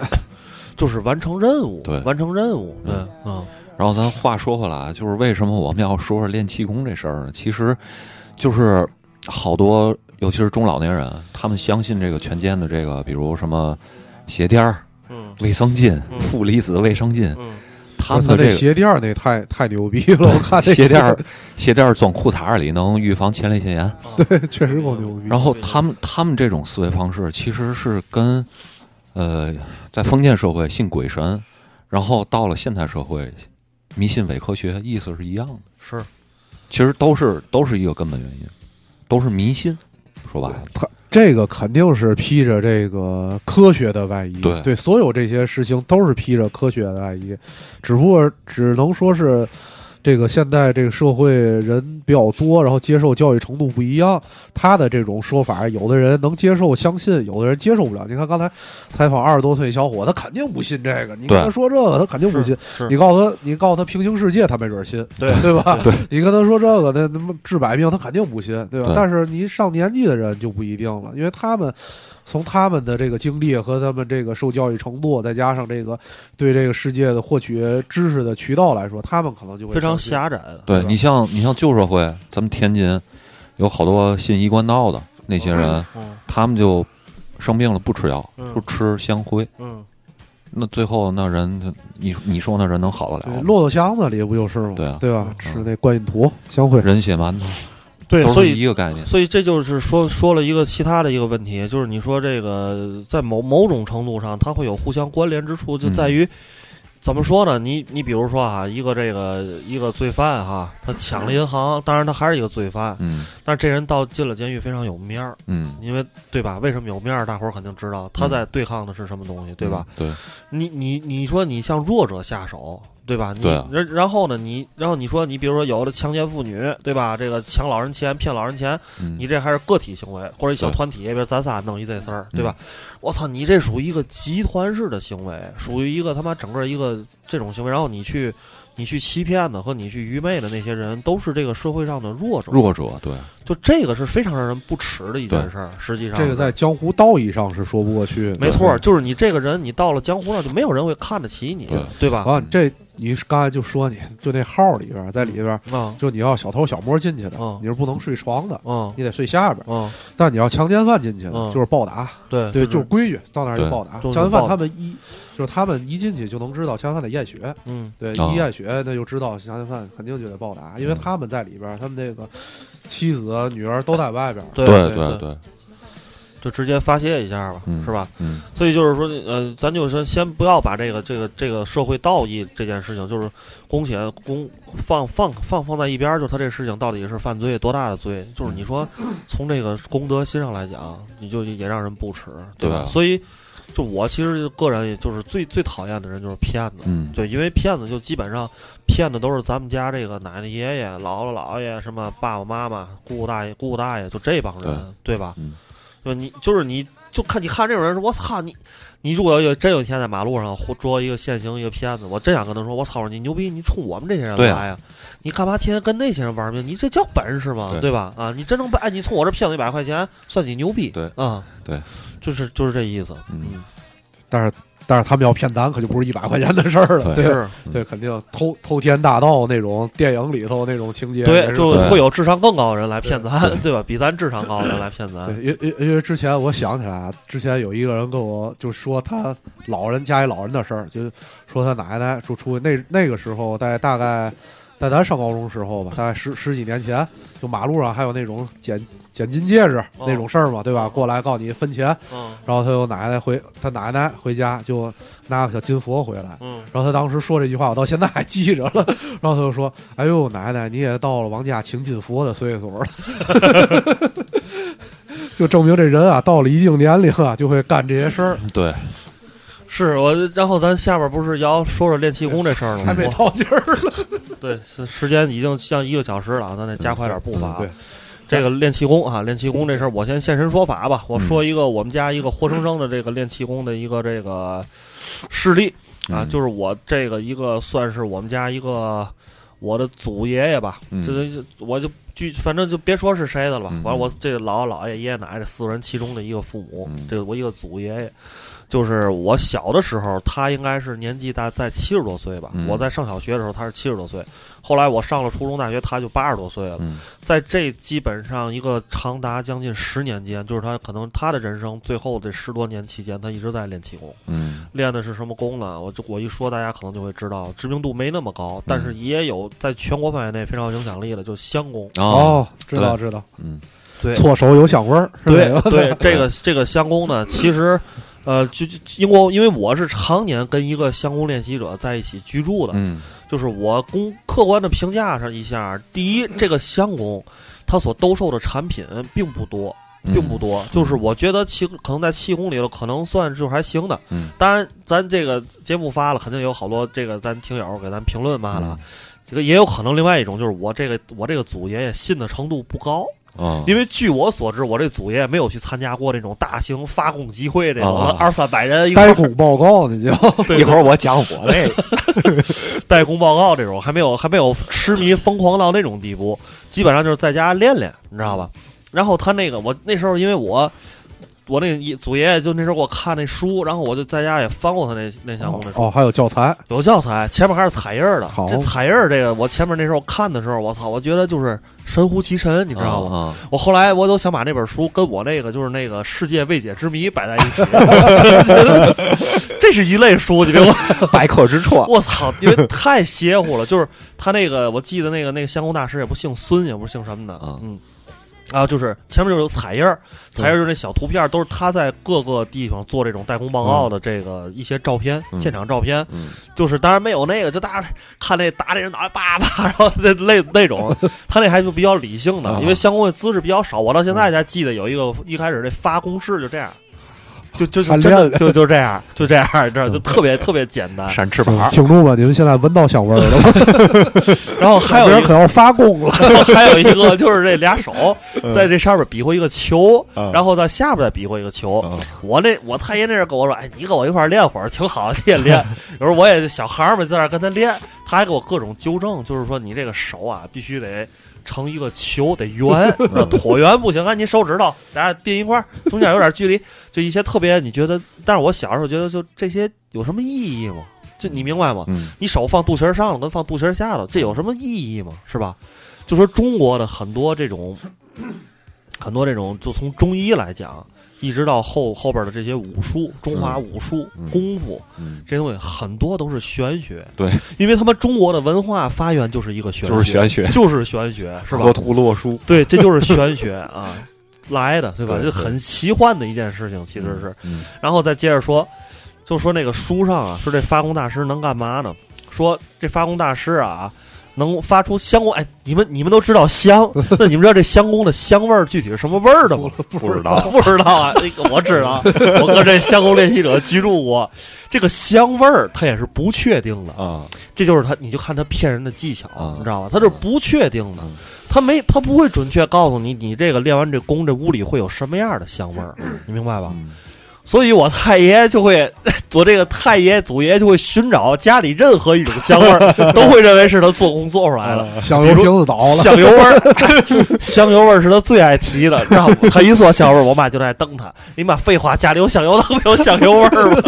S2: 就是完成任务，
S3: 对
S2: 完成任务，对，嗯，
S3: 然后咱话说回来啊，就是为什么我们要说说练气功这事儿呢？其实，就是好多，尤其是中老年人，他们相信这个全健的这个，比如什么鞋垫儿、
S2: 嗯
S3: 卫生巾、
S4: 嗯
S3: 负离子卫生巾，他们
S4: 他
S3: 的这
S4: 这
S3: 个
S4: 鞋垫儿那太太牛逼 了，我看这
S3: 鞋垫儿，鞋垫儿装裤衩儿里能预防前列腺炎。
S4: 对，确实够牛逼。
S3: 然后他们他们这种思维方式其实是跟，呃，在封建社会信鬼神，然后到了现代社会迷信伪科学，意思是一样的。
S2: 是，
S3: 其实都是都是一个根本原因，都是迷信。说白了，
S4: 他这个肯定是披着这个科学的外衣，
S3: 对
S4: 所有这些事情都是披着科学的外衣，只不过只能说是这个现在这个社会人比较多，然后接受教育程度不一样，他的这种说法，有的人能接受相信，有的人接受不了。你看刚才采访二十多岁一小伙，他肯定不信这个，你跟他
S3: 对
S4: 说这个，他肯定不信
S2: 是是，
S4: 你告诉他，你告诉他平行世界，他没准信，
S2: 对
S4: 对吧？
S3: 对
S4: 你跟他说这个，那他妈治百病，他肯定不信，对吧？
S3: 对
S4: 但是你上年纪的人就不一定了，因为他们从他们的这个经历和他们这个受教育程度，再加上这个对这个世界的获取知识的渠道来说，他们可能就会
S2: 非常
S4: 相信
S2: 狭窄的，
S3: 对你像你像旧社会，咱们天津有好多信一贯道的那些人，
S2: 嗯
S3: 他们就生病了不吃药，
S2: 嗯
S3: 就吃香灰。
S2: 嗯，
S3: 那最后那人，你你说那人能好得了
S4: 对
S3: 吗？
S4: 骆驼箱子里不就是吗？
S3: 对啊
S4: 对吧？吃那观音图香灰，
S3: 人血馒头，
S2: 对
S3: 都，是
S2: 所以
S3: 一个概念。
S2: 所以这就是说说了一个其他的一个问题，就是你说这个在某某种程度上，它会有互相关联之处，就在
S3: 嗯
S2: 于、怎么说呢？你你比如说啊，一个这个一个罪犯哈、他抢了银行，当然他还是一个罪犯，
S3: 嗯，
S2: 但这人到进了监狱非常有面儿，
S3: 嗯
S2: 因为对吧？为什么有面儿？大伙儿肯定知道他在对抗的是什么东西，对吧？
S3: 嗯对，
S2: 你你你说你向弱者下手，对吧？你
S3: 对啊
S2: 然然后呢，你然后你说你比如说有的强奸妇女，对吧？这个抢老人钱、骗老人钱，
S3: 嗯
S2: 你这还是个体行为，或者一小
S3: 对嗯
S2: 团体，比如咱仨弄一这事儿，对吧？我操，你这属于一个集团式的行为，属于一个他妈整个一个这种行为，然后你去你去欺骗的和你去愚昧的那些人，都是这个社会上的弱者。
S3: 弱者对，
S2: 就这个是非常让人不齿的一件
S3: 对
S2: 事儿，实际上
S4: 这个
S2: 是
S4: 在江湖道义上是说不过去的。
S2: 没错，就是你这个人，你到了江湖上就没有人会看得起你，对吧？
S4: 啊，这你是刚才就说你就那号里边儿，在里边儿
S2: 啊，
S4: 就你要小偷小摸进去的，
S2: 嗯
S4: 你是不能睡床的，你得睡下边，但你要强奸犯进去的，
S2: 嗯
S4: 就是暴打，
S2: 对
S4: 对，
S2: 就是
S4: 就是规矩，到那儿就
S2: 对
S4: 暴打。
S2: 就是
S4: 强奸
S2: 暴打
S4: 犯他们一就是他们一进去就能知道强奸犯得验血，
S2: 嗯
S4: 对，
S3: 哦
S4: 一验血那就知道强奸犯肯定就得暴打，因为他们在里边儿，他们那个妻子啊女儿都在外边儿，
S2: 对
S3: 对
S2: 对
S3: 对，
S2: 就直接发泄一下吧，
S3: 嗯
S2: 是吧？
S3: 嗯，
S2: 所以就是说，呃，咱就说先不要把这个这个这个社会道义这件事情，就是公且公放放放放在一边儿，就他这事情到底是犯罪多大的罪？就是你说从这个公德心上来讲，你就也让人不齿，对吧？
S3: 对啊
S2: 所以就我其实个人也就是最最讨厌的人就是骗子，
S3: 嗯
S2: 对，因为骗子就基本上骗的都是咱们家这个奶奶爷爷、姥姥姥爷、什么爸爸妈妈、姑姑大爷、姑姑大爷，就这帮人，对吧？
S3: 嗯，
S2: 就你就是你就看你看这种人说，我操你，你如果要有真有一天在马路上或捉一个现行一个骗子，我真想跟他说，我操你牛逼，你冲我们这些人
S3: 对
S2: 来
S3: 啊
S2: 呀、你干嘛天天跟那些人玩命？你这叫本事吗？
S3: 对
S2: 对吧？啊，你真正哎，你从我这骗了一百块钱，算你牛逼。
S3: 对
S2: 啊，
S3: 对，
S2: 就是就是这意思。
S3: 嗯，
S4: 但是但是他们要骗咱，可就不是一百块钱的事儿了，
S2: 对
S4: 对
S2: 是
S4: 对，肯定偷偷天大盗那种电影里头那种情节，也
S2: 对，
S4: 是
S2: 就
S4: 对
S2: 会有智商更高的人来骗咱，对吧？比咱智商高的人来骗咱。
S4: 对，因因因为之前我想起来啊，之前有一个人跟我就说他老人家里老人的事儿，就是说他奶奶说出那那个时候在大概在咱上高中时候吧，大概十十几年前，就马路上还有那种捡捡金戒指
S2: 哦
S4: 那种事儿嘛，对吧？过来告你分钱，
S2: 嗯
S4: 然后他有奶奶回他奶奶回家就拿个小金佛回来，
S2: 嗯
S4: 然后他当时说这句话，我到现在还记着了。然后他就说：“哎呦，奶奶，你也到了王家请进佛的岁数了。” 就证明这人啊，到了一定年龄啊，就会干这些事儿。
S3: 对，
S2: 是我，然后咱下边不是要说说练气功这事儿了吗？
S4: 还没到劲儿了。
S2: 对，是时间已经像一个小时了啊，咱得加快点步伐啊。
S4: 嗯对
S2: 这个练气功啊，练气功这事儿，我先现身说法吧。
S3: 嗯
S2: 我说一个我们家一个活生生的这个练气功的一个这个事例啊，
S3: 嗯
S2: 就是我这个一个算是我们家一个我的祖爷爷吧，
S3: 嗯
S2: 这就我就具反正就别说是谁的了吧。
S3: 嗯嗯
S2: 完了，我这姥姥姥爷、爷爷奶奶这四个人其中的一个父母，这个我一个祖爷爷。就是我小的时候，他应该是年纪大在七十多岁吧。
S3: 嗯
S2: 我在上小学的时候，他是七十多岁。后来我上了初中、大学，他就八十多岁了。
S3: 嗯
S2: 在这基本上一个长达将近十年间，就是他可能他的人生最后这十多年期间，他一直在练气功。
S3: 嗯
S2: 练的是什么功呢？我就我一说，大家可能就会知道，知名度没那么高，但
S3: 嗯
S2: 是也有在全国范围内非常有影响力的，就是香功。
S4: 哦知道知道，
S3: 嗯，
S2: 对，
S4: 错手有香味儿，是
S2: 对
S4: 吧
S2: 对，这个这个相公呢，其实，呃，就就英国，因为我是常年跟一个相公练习者在一起居住的，
S3: 嗯
S2: 就是我公客观的评价上一下，第一，这个相公他所兜售的产品并不多。并不多，就是我觉得气可能在气功里头可能算就是还行的，
S3: 嗯
S2: 当然咱这个节目发了，肯定有好多这个咱听友给咱评论嘛了啊，这个也有可能另外一种就是我这个我这个祖爷爷信的程度不高，
S3: 啊，
S2: 因为据我所知，我这祖爷没有去参加过这种大型发供集会这种
S3: 啊
S2: 二三百人一块
S4: 呆
S2: 儿
S4: 工报告 那叫。
S2: 一 会儿
S12: 我讲我那 个
S2: 代工报告这种，还没有还没有痴迷疯狂到那种地步，基本上就是在家练练，你知道吧？然后他那个我那时候因为我我那一祖爷爷就那时候给我看那书，然后我就在家也翻过他那那项目那书。
S4: 哦，还有教材，
S2: 有教材，前面还是彩印儿的
S4: 好。
S2: 这彩印儿这个，我前面那时候看的时候，我操，我觉得就是神乎其神，你知道吗？
S3: 啊啊
S2: 我后来我都想把那本书跟我那个就是那个世界未解之谜摆在 一起，我觉得这是一类书，你别我
S12: 百口之错
S2: 我操，因为太邪乎了。就是他那个，我记得那个那个相公大师也不姓孙，也不是姓什么的，嗯。啊，就是前面就是有彩印儿，
S3: 嗯
S2: 彩印儿就是那小图片儿，都是他在各个地方做这种代工报告的这个一些照片，
S3: 嗯
S2: 现场照片，
S3: 嗯
S2: 就是当然没有那个，就大家看那打那人脑袋叭叭，然后那那 那种，他那还就比较理性
S3: 啊
S2: 的，因为相关的姿势比较少。我到现
S3: 嗯
S2: 在才记得有一个一开始这发公式就这样，就就就
S4: 还
S2: 真
S4: 练
S2: 的就就这样就这样，你知道就特别特别简单。
S3: 扇嗯翅
S4: 嗯听众们，你们现在闻到香味儿了吗？
S2: 然后还有一，
S4: 人可要发功了
S2: 还有一个就是这俩手在这上面比划一个球，然后在下边再比划一个球。我那我太爷那阵跟我说：“哎，你跟我一块儿练会儿，挺好的，你也练。”有时候我也小孩儿嘛，在那儿跟他练，他还给我各种纠正，就是说你这个手啊，必须得。成一个球得 圆，
S3: 嗯
S2: 那椭圆不行，按您手指头，咱俩并一块儿，中间有点距离，就一些特别你觉得，但是我小时候觉得就这些有什么意义吗？就你明白吗？
S3: 嗯
S2: 你手放肚脐儿上了跟放肚脐儿下了，这有什么意义吗？是吧？就说中国的很多这种，很多这种，就从中医来讲，一直到后后边的这些武术，中华武术、功夫、
S3: 嗯
S2: 这些东西，很多都是玄学。
S3: 对，
S2: 因为他们中国的文化发源就是一个玄学，
S3: 就是玄学
S2: 就是玄学，是吧？
S12: 河图洛书
S2: 对，这就是 玄学啊来的，对吧？
S12: 对
S2: 这
S12: 对
S2: 很奇幻的一件事情，其实是。
S3: 嗯
S2: 然后再接着说，就说那个书上啊，说这发功大师能干嘛呢？说这发功大师啊，能发出香公，哎，你们你们都知 道香，那你们知道这香公的香味儿具体是什么味儿的吗？
S3: 不知道
S2: 不知道 啊，那个我知道，我跟这香公练习者居住过，这个香味儿它也是不确定的
S3: 啊，
S2: 这就是他，你就看他骗人的技巧，你知道吧？他是不确定的，他没他不会准确告诉你，你这个练完这功，这屋里会有什么样的香味儿，你明白吧？所以我太爷就会， 我这个太爷祖爷就会寻找家里任何一种香味儿，都会认为是他做工做出 来的。
S4: 香油
S2: 比如
S4: 瓶子倒了
S2: 香油味儿， 香油味儿是他最爱提的，知道吗？他一说香油味儿，我妈就爱瞪他。你妈废话，家里有香油的可没有香油味儿 吗？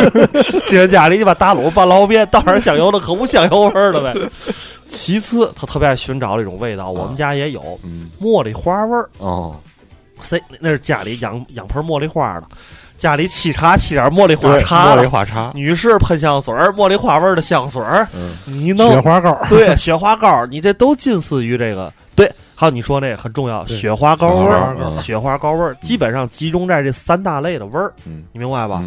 S2: 这人家里你把打卤拌捞面，倒上香油的可不香油味儿了呗。 其次，他特别爱寻找这种
S3: 啊
S2: 味道，我们家也有
S3: 嗯
S2: 茉莉花味儿。
S3: 哦，
S2: 谁那是家里养养盆茉莉花的，家里沏茶沏点茉莉花
S3: 对
S2: 茶了，
S3: 茉莉花茶
S2: 女士喷香水儿，茉莉花味儿的香水儿，
S3: 嗯
S2: 你弄
S4: 雪花膏儿
S2: 对，雪花膏儿，你这都近似于这个。对，还有你说那个很重要，
S4: 对
S2: 雪花膏味
S4: 雪花
S2: 儿
S4: 膏儿，
S2: 雪花膏味儿，基本上集中在这三大类的味儿，
S3: 嗯
S2: 你明白吧？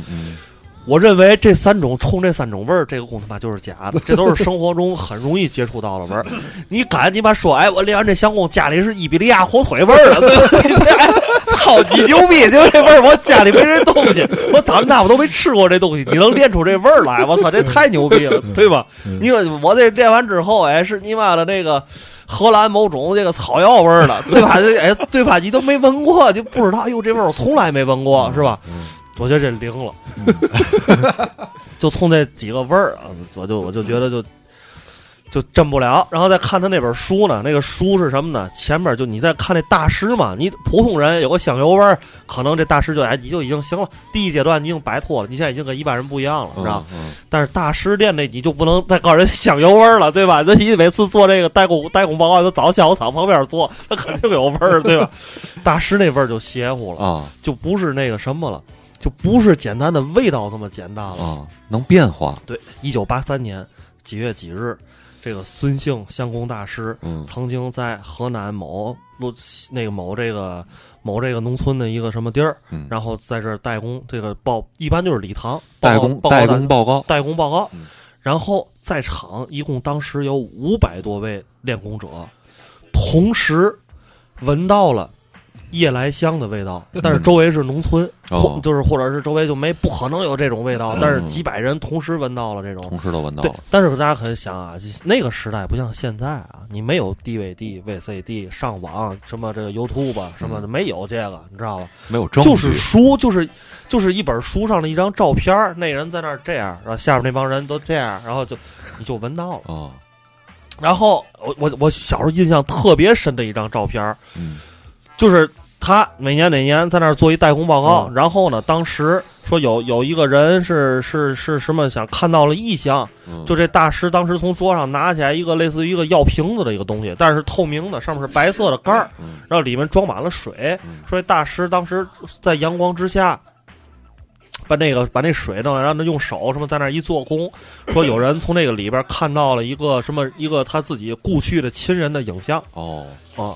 S2: 我认为这三种冲这三种味儿，这个功他妈就是假的，这都是生活中很容易接触到的味儿。你敢你妈说，哎，我练完这香功，家里是伊比利亚火腿味儿了， 对吧？你哎操你牛逼！就这味儿，我家里没这东西，我长这么大我都没吃过这东西，你能练出这味儿来，我操，这太牛逼了，对吧？你说我这练完之后，哎，是你妈的那个荷兰某种这个草药味儿了，对吧？ 这哎，对吧？你都没闻过，就不知道，哎呦，这味儿我从来没闻过，是吧？我觉得这灵了，就冲这几个味儿啊，我就我就觉得就就震不了。然后再看他那本书呢，那个书是什么呢？前面就你在看那大师嘛，你普通人有个香油味儿，可能这大师就哎你就已经行了，第一阶段你已经摆脱了，你现在已经跟一般人不一样了，
S3: 嗯
S2: 是吧？但是大师练那你就不能再告诉人香油味儿了，对吧？那你每次做这个代工代工报告，都找下午场旁边做，那肯定有味儿，对吧？ 大师那味儿就邪乎了
S3: 啊，
S2: 就不是那个什么了。就不是简单的味道这么简单了
S3: 啊，能变化。
S2: 对，一九八三年几月几日，这个孙姓相公大师，
S3: 嗯
S2: 曾经在河南某路那个某这个某这个农村的一个什么地儿，
S3: 嗯
S2: 然后在这儿代工，这个报一般就是礼堂
S3: 代工
S2: 报告
S3: 代工报告嗯
S2: 代工报告，然后在场一共当时有五百多位练功者，同时闻到了夜来香的味道，但是周围是农村，
S3: 哦
S2: 或就是或者是周围就没不可能有这种味道
S3: 嗯，
S2: 但是几百人同时闻到了这种，
S3: 同时都闻到
S2: 对
S3: 了，
S2: 但是大家可以想啊，那个时代不像现在啊，你没有 DVD、VCD、上网什么这个 YouTube 啊什么的，没有这个，你知道吧？
S3: 嗯没有证据
S2: 就是书，就是就是一本书上的一张照片儿，那人在那儿这样，然后下面那帮人都这样，然后就你就闻到了。
S3: 哦
S2: 然后我我我小时候印象特别深的一张照片儿，
S3: 嗯
S2: 就是他每年哪年在那儿做一代工报告，
S3: 嗯
S2: 然后呢，当时说有有一个人是是是什么想看到了异象，
S3: 嗯
S2: 就这大师当时从桌上拿起来一个类似于一个药瓶子的一个东西，但是透明的，上面是白色的盖儿，
S3: 嗯
S2: 然后里面装满了水，说这大师当时在阳光之下把那个把那水弄来，让他用手什么在那儿一做工，说有人从那个里边看到了一个什么一个他自己故去的亲人的影像
S3: 哦
S2: 啊。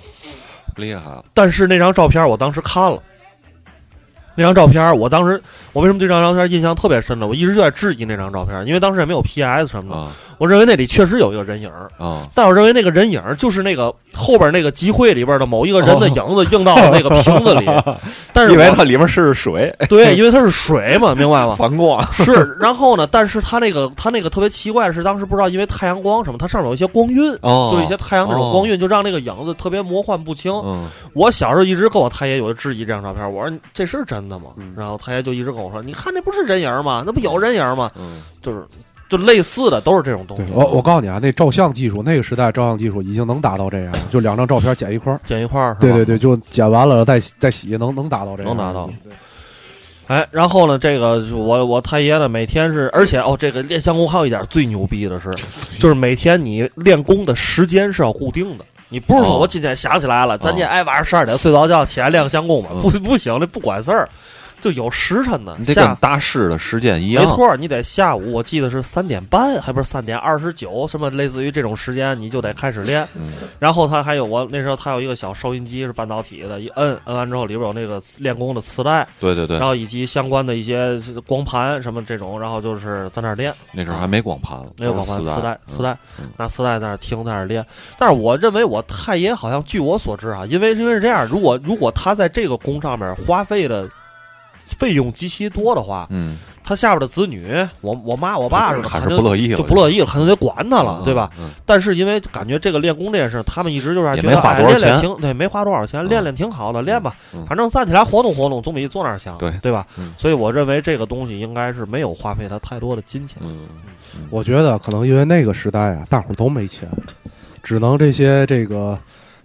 S3: 厉害了，
S2: 但是那张照片我当时看了，那张照片我当时我为什么对这张照片印象特别深呢？我一直就在质疑那张照片，因为当时也没有 PS 什么的，我认为那里确实有一个人影儿
S3: 啊
S2: 但我认为那个人影儿就是那个后边那个集会里边的某一个人
S3: 哦
S2: 的影子映到了那个瓶 子里，但是
S12: 以为
S2: 我
S12: 它里面是水，
S2: 对，因为它是 水嘛，明白吗？
S12: 反光
S2: 是，然后呢？但是它那个它那个特别奇怪的是，当时不知道因为太阳光什么，它上面有一些光晕，
S3: 哦
S2: 就是一些太阳那种
S3: 哦
S2: 光晕，就让那个影子特别魔幻不清。
S3: 嗯
S2: 我小时候一直跟我太爷有的质疑这张照片，我说你这是真的吗？
S3: 嗯
S2: 然后太爷就一直跟我说，你看那不是人影吗？那不有人影吗？
S3: 嗯
S2: 就是就类似的都是这种东西
S4: 对，。我我告诉你啊，那照相技术，那个时代照相技术已经能达到这样了，就两张照片剪一块儿，
S2: 剪一块儿是吧
S4: 对对对，就剪完了再再洗，能能达到这
S2: 能
S4: 样，
S2: 达到。哎，然后呢，这个我我太爷呢，每天是，而且哦，这个练相功还有一点最牛逼 的是，就是每天你练功的时间是要固定的，你不是说
S3: 哦
S2: 我今天想起来了，咱今天哎晚上十二点睡着觉起来练个相功吧，不不行，那不管事儿。就有时辰呢，
S3: 哦你得
S2: 下
S3: 跟大师的时间一样。
S2: 没错，你得下午，我记得是三点半，还不是三点二十九，什么类似于这种时间，你就得开始练。然后他还有我那时候他有一个小收音机是半导体的，一摁摁完之后里边有那个练功的磁带，
S3: 对对对
S2: 然后以及相关的一些光盘什么这种，然后就是在那儿练。
S3: 那时候还没光盘，
S2: 没有光盘，
S3: 都是
S2: 磁带，磁带，
S3: 嗯
S2: 拿磁带在那儿听，在那儿练。但是我认为我太爷好像，据我所知啊，因为因为是这样，如果如果他在这个功上面花费的费用极其多的话，
S3: 嗯，
S2: 他下边的子女，我我妈我爸什么的，
S3: 还是
S2: 肯定
S3: 不乐意了
S2: 就不乐意了，肯定得管他了，对吧？
S3: 嗯嗯
S2: 但是因为感觉这个练功这件事，他们一直就是还
S3: 也
S2: 觉
S3: 没
S2: 得
S3: 花
S2: 哎
S3: 多少
S2: 练
S3: 钱
S2: 练挺对，没花多少钱，练练挺好的，练吧
S3: 嗯，
S2: 反正站起来活动活动，总比坐那儿强，
S3: 对
S2: 对吧
S3: 嗯？
S2: 所以我认为这个东西应该是没有花费他太多的金钱。
S3: 嗯
S4: 我觉得可能因为那个时代啊，大伙儿都没钱，只能这些这个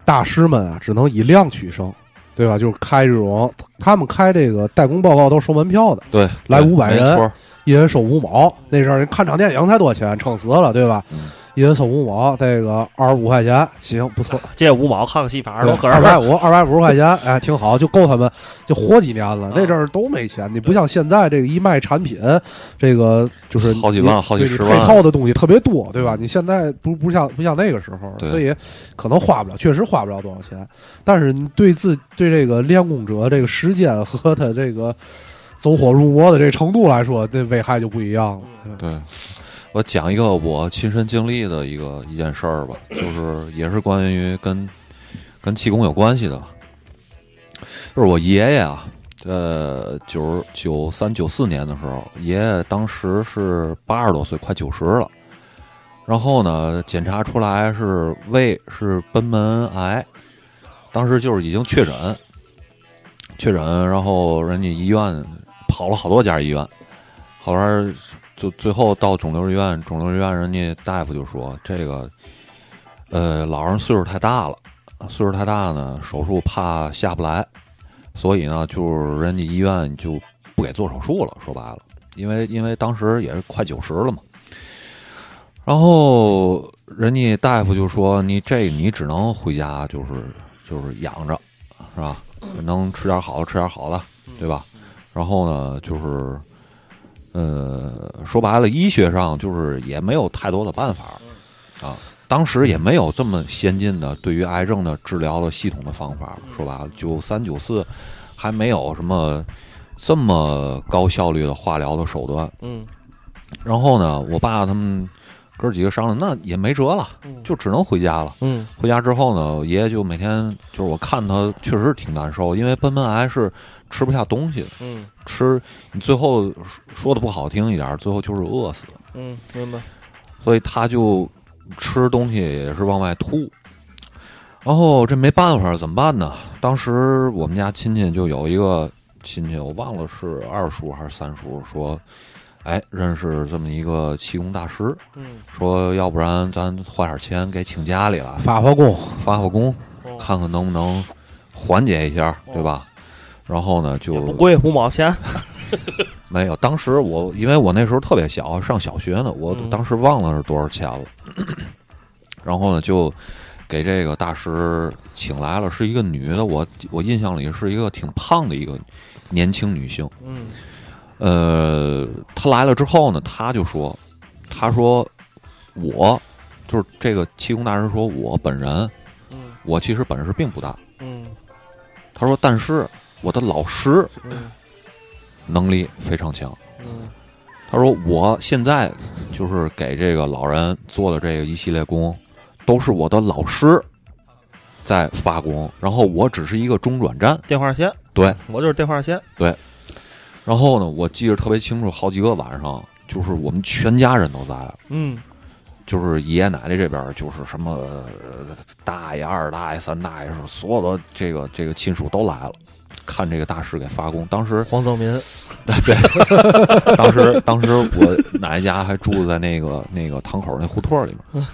S4: 大师们啊，只能以量取胜，对吧？就是开这种，他们开这个代工报告都是收门票的，
S3: 对，
S4: 来
S3: 对
S4: 五百
S3: 没
S4: 人
S3: 错，
S4: 一人收五毛。那时候人看场电影才多少钱，撑死了，对吧？
S2: 嗯
S4: 一人收五毛，这个二十五块钱，行，不错。
S2: 借五毛看个戏法，多合
S4: 二百五，二百五十块钱， 哎，挺好，就够他们就活几年了。那阵儿都没钱，你不像现在这个一卖产品，这个就是
S3: 好几万
S4: 你
S3: 好几
S4: 对你
S3: 十万嗯
S4: 配套的东西特别多，对吧？你现在不不像不像那个时候，
S3: 对
S4: 所以可能花不了，确实花不了多少钱。但是你对自对这个练功者这个时间和他这个走火入魔的这程度来说，这危害就不一样了。
S3: 对，我讲一个我亲身经历的一个一件事儿吧，就是也是关于跟跟气功有关系的，就是我爷爷啊，呃，九九三九四年的时候，爷爷当时是八十多岁，快九十了，然后呢，检查出来是胃是贲门癌，当时就是已经确诊，确诊，然后人家医院跑了好多家医院，好玩就最后到肿瘤医院，肿瘤医院人家大夫就说这个，呃，老人岁数太大了，岁数太大呢，手术怕下不来，所以呢，就是人家医院就不给做手术了。说白了，因为因为当时也是快九十了嘛，然后人家大夫就说：“你这你只能回家，就是就是养着，是吧？能吃点好的，吃点好的，对吧？然后呢，就是呃，说白了，医学上就是也没有太多的办法啊。当时也没有这么先进的对于癌症的治疗的系统的方法。说白了，九三九四还没有什么这么高效率的化疗的手段。
S2: 嗯，
S3: 然后呢，我爸他们哥几个商量，那也没辙了，就只能回家了。
S2: 嗯，
S3: 回家之后呢，我爷爷就每天就是我看他确实挺难受，因为贲门癌是吃不下东西的。
S2: 嗯，
S3: 吃你最后说说的不好听一点，最后就是饿死的。
S2: 嗯，明白。
S3: 所以他就吃东西也是往外吐。然后这没办法，怎么办呢？当时我们家亲戚就有一个亲戚，我忘了是二叔还是三叔，说，哎，认识这么一个气功大师，
S2: 嗯，
S3: 说要不然咱花点钱给请家里来
S4: 发发功，
S3: 发发功，看看能不能缓解一下，对吧？然后呢，就
S2: 不贵，五毛钱。
S3: 没有，当时我因为我那时候特别小，上小学呢，我
S2: 嗯
S3: 当时忘了是多少钱了。 然后呢，就给这个大师请来了，是一个女的，我我印象里是一个挺胖的一个年轻女性。
S2: 嗯，
S3: 呃，她来了之后呢，她就说，她说我就是这个气功大师说，我本人，我其实本事并不大。
S2: 嗯
S3: 她说，但是我的老师
S2: 嗯
S3: 能力非常强。
S2: 嗯
S3: 他说我现在就是给这个老人做的这个一系列功，都是我的老师在发功，然后我只是一个中转站。
S2: 电话线，
S3: 对
S2: 我就是电话线。
S3: 对，然后呢，我记得特别清楚，好几个晚上就是我们全家人都在，
S2: 嗯
S3: 就是爷爷奶奶这边儿就是什么呃大爷、二大爷、三大爷，是所有的这个这个亲属都来了，看这个大师给发功。当时
S2: 黄泽民，
S3: 对，当时当时我奶奶家还住在那个那个堂口那胡同里面，
S2: 嗯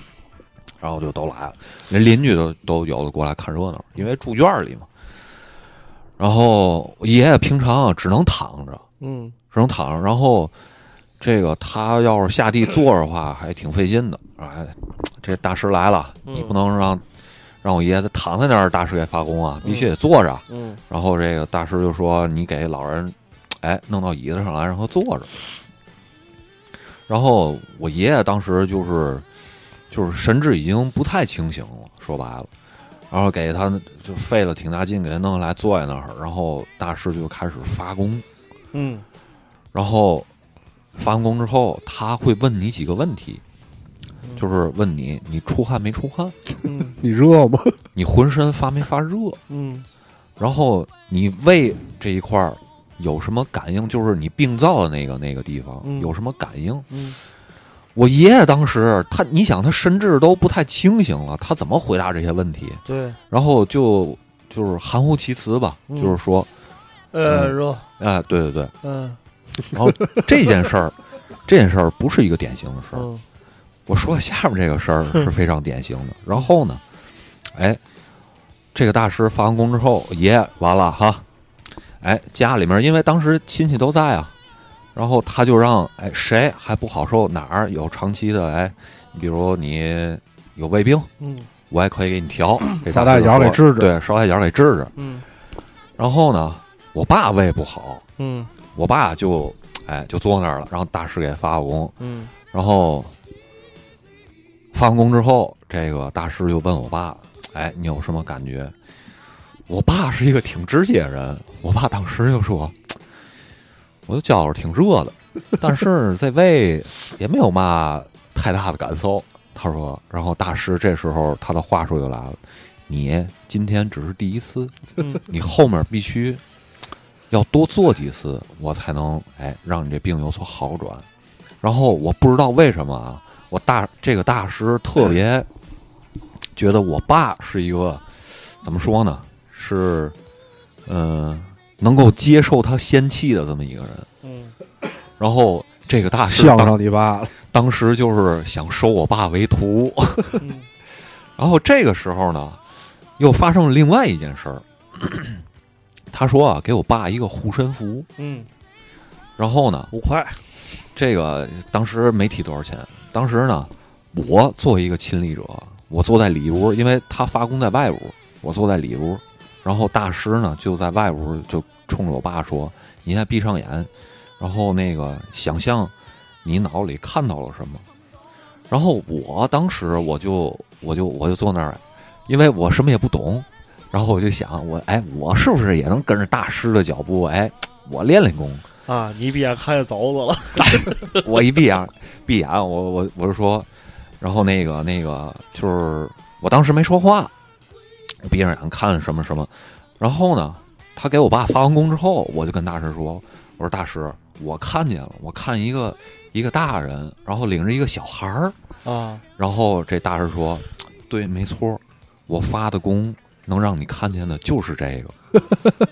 S3: 然后就都来了，连邻居都都有的过来看热闹，因为住院儿里嘛。然后我爷爷平常啊只能躺着，
S2: 嗯
S3: 只能躺着。然后这个他要是下地坐着的话，还挺费劲的。哎，这大师来了，
S2: 嗯
S3: 你不能让让我爷爷躺在那儿，大师给发功啊，必须得坐着。
S2: 嗯
S3: 然后这个大师就说：“你给老人摆弄到椅子上来，让他坐着。然后我爷爷当时就是就是神志已经不太清醒了，说白了，然后给他就费了挺大劲给他弄下来坐在那儿，然后大师就开始发功，
S2: 嗯
S3: 然后发完功之后他会问你几个问题，就是问你你出汗没出汗，
S2: 嗯
S3: 你热吗？你浑身发没发热？
S2: 嗯
S3: 然后你胃这一块儿有什么感应？就是你病灶的那个那个地方、
S2: 嗯
S3: 有什么感应？
S2: 嗯
S3: 我爷爷当时他，你想他神志都不太清醒了，他怎么回答这些问题？
S2: 对，
S3: 然后就就是含糊其辞吧，
S2: 嗯
S3: 就是说，
S2: 呃说
S3: 哎，对对对，
S2: 嗯，
S3: 然后这件事儿，这件事儿不是一个典型的事儿。
S2: 嗯
S3: 我说下面这个事儿是非常典型的。然后呢，哎，这个大师发完功之后，爷爷完了哈，哎，家里面因为当时亲戚都在啊，然后他就让哎谁还不好受哪儿有长期的哎，比如你有胃病，
S2: 嗯，
S3: 我也可以给你调，给
S4: 捎
S3: 大
S4: 带
S3: 师
S4: 脚给
S3: 说
S4: 治治
S3: 对，捎带脚给治治。
S2: 嗯
S3: 然后呢，我爸胃不好，
S2: 嗯
S3: 我爸就哎就坐那儿了，然后大师给发个功，
S2: 嗯
S3: 然后发完功之后，这个大师就问我爸：“哎，你有什么感觉？”我爸是一个挺直接的人，我爸当时就说：“我就觉着挺热的，但是这胃也没有嘛太大的感受。”他说，然后大师这时候他的话术就来了：“你今天只是第一次，
S2: 嗯
S3: 你后面必须要多做几次，我才能哎让你这病有所好转。然后我不知道为什么啊，我大这个大师特别觉得我爸是一个怎么说呢，是嗯、呃能够接受他仙气的这么一个人。
S2: 嗯
S3: 然后这个大师
S4: 向
S3: 当
S4: 上你爸了，
S3: 当时就是想收我爸为徒。 然后这个时候呢，又发生了另外一件事儿。 他说啊，给我爸一个护身符，
S2: 嗯
S3: 然后呢，
S2: 五块，
S3: 这个当时没提多少钱。当时呢，我作为一个亲历者，我坐在里屋，因为他发功在外屋，我坐在里屋。然后大师呢就在外屋就冲着我爸说：“你现在闭上眼，然后那个想象你脑里看到了什么。”然后我当时我就我就我就坐那儿，因为我什么也不懂，然后我就想我哎，我是不是也能跟着大师的脚步哎，我练练功。
S2: 啊，你一闭眼看见凿子了，
S3: 我一闭眼，闭眼，我我我就说，然后那个那个就是我当时没说话，闭上眼看什么什么，然后呢，他给我爸发完功之后，我就跟大师说，我说大师，我看见了，我看一个一个大人，然后领着一个小孩儿，
S2: 啊，
S3: 然后这大师说，对，没错，我发的功能让你看见的就是这个。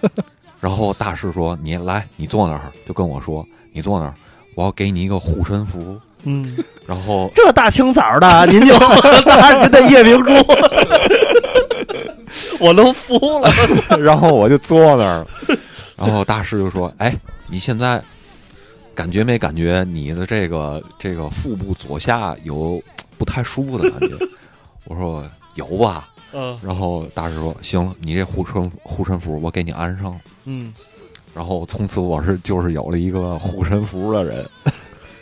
S3: 然后大师说：“你来，你坐那儿，就跟我说，你坐那儿，我要给你一个护身符。”
S2: 嗯，
S3: 然后
S2: 这大清早的您就 拿您的夜明珠， 我都服了。
S3: 然后我就坐那儿了，然后大师就说：“哎，你现在感觉没感觉你的这个这个腹部左下有不太舒服的感觉？” 我说：“有吧。”
S2: 嗯
S3: 然后大师说：“行了，你这护身护身符我给你安上了。”
S2: 嗯，
S3: 然后从此我是就是有了一个护身符的人。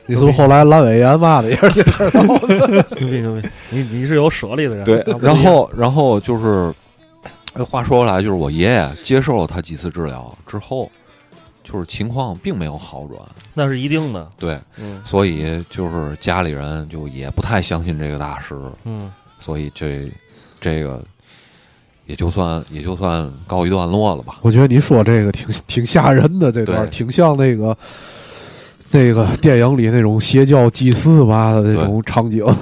S4: 你是不是后来阑尾炎嘛的也是这事儿闹的
S2: 牛逼牛逼，你你是有舍利的人。啊
S3: 对
S2: 那，不一
S3: 然
S2: 样
S3: 后然后就是，哎话说回来，就是我爷爷接受了他几次治疗之后，就是情况并没有好转。
S2: 那是一定的。
S3: 对，
S2: 嗯
S3: 所以就是家里人就也不太相信这个大师，
S2: 嗯，
S3: 所以这这个也就算也就算告一段落了吧。
S4: 我觉得你说这个挺挺吓人的，这段儿
S3: 对
S4: 挺像那个那个电影里那种邪教祭祀吧的那种场景。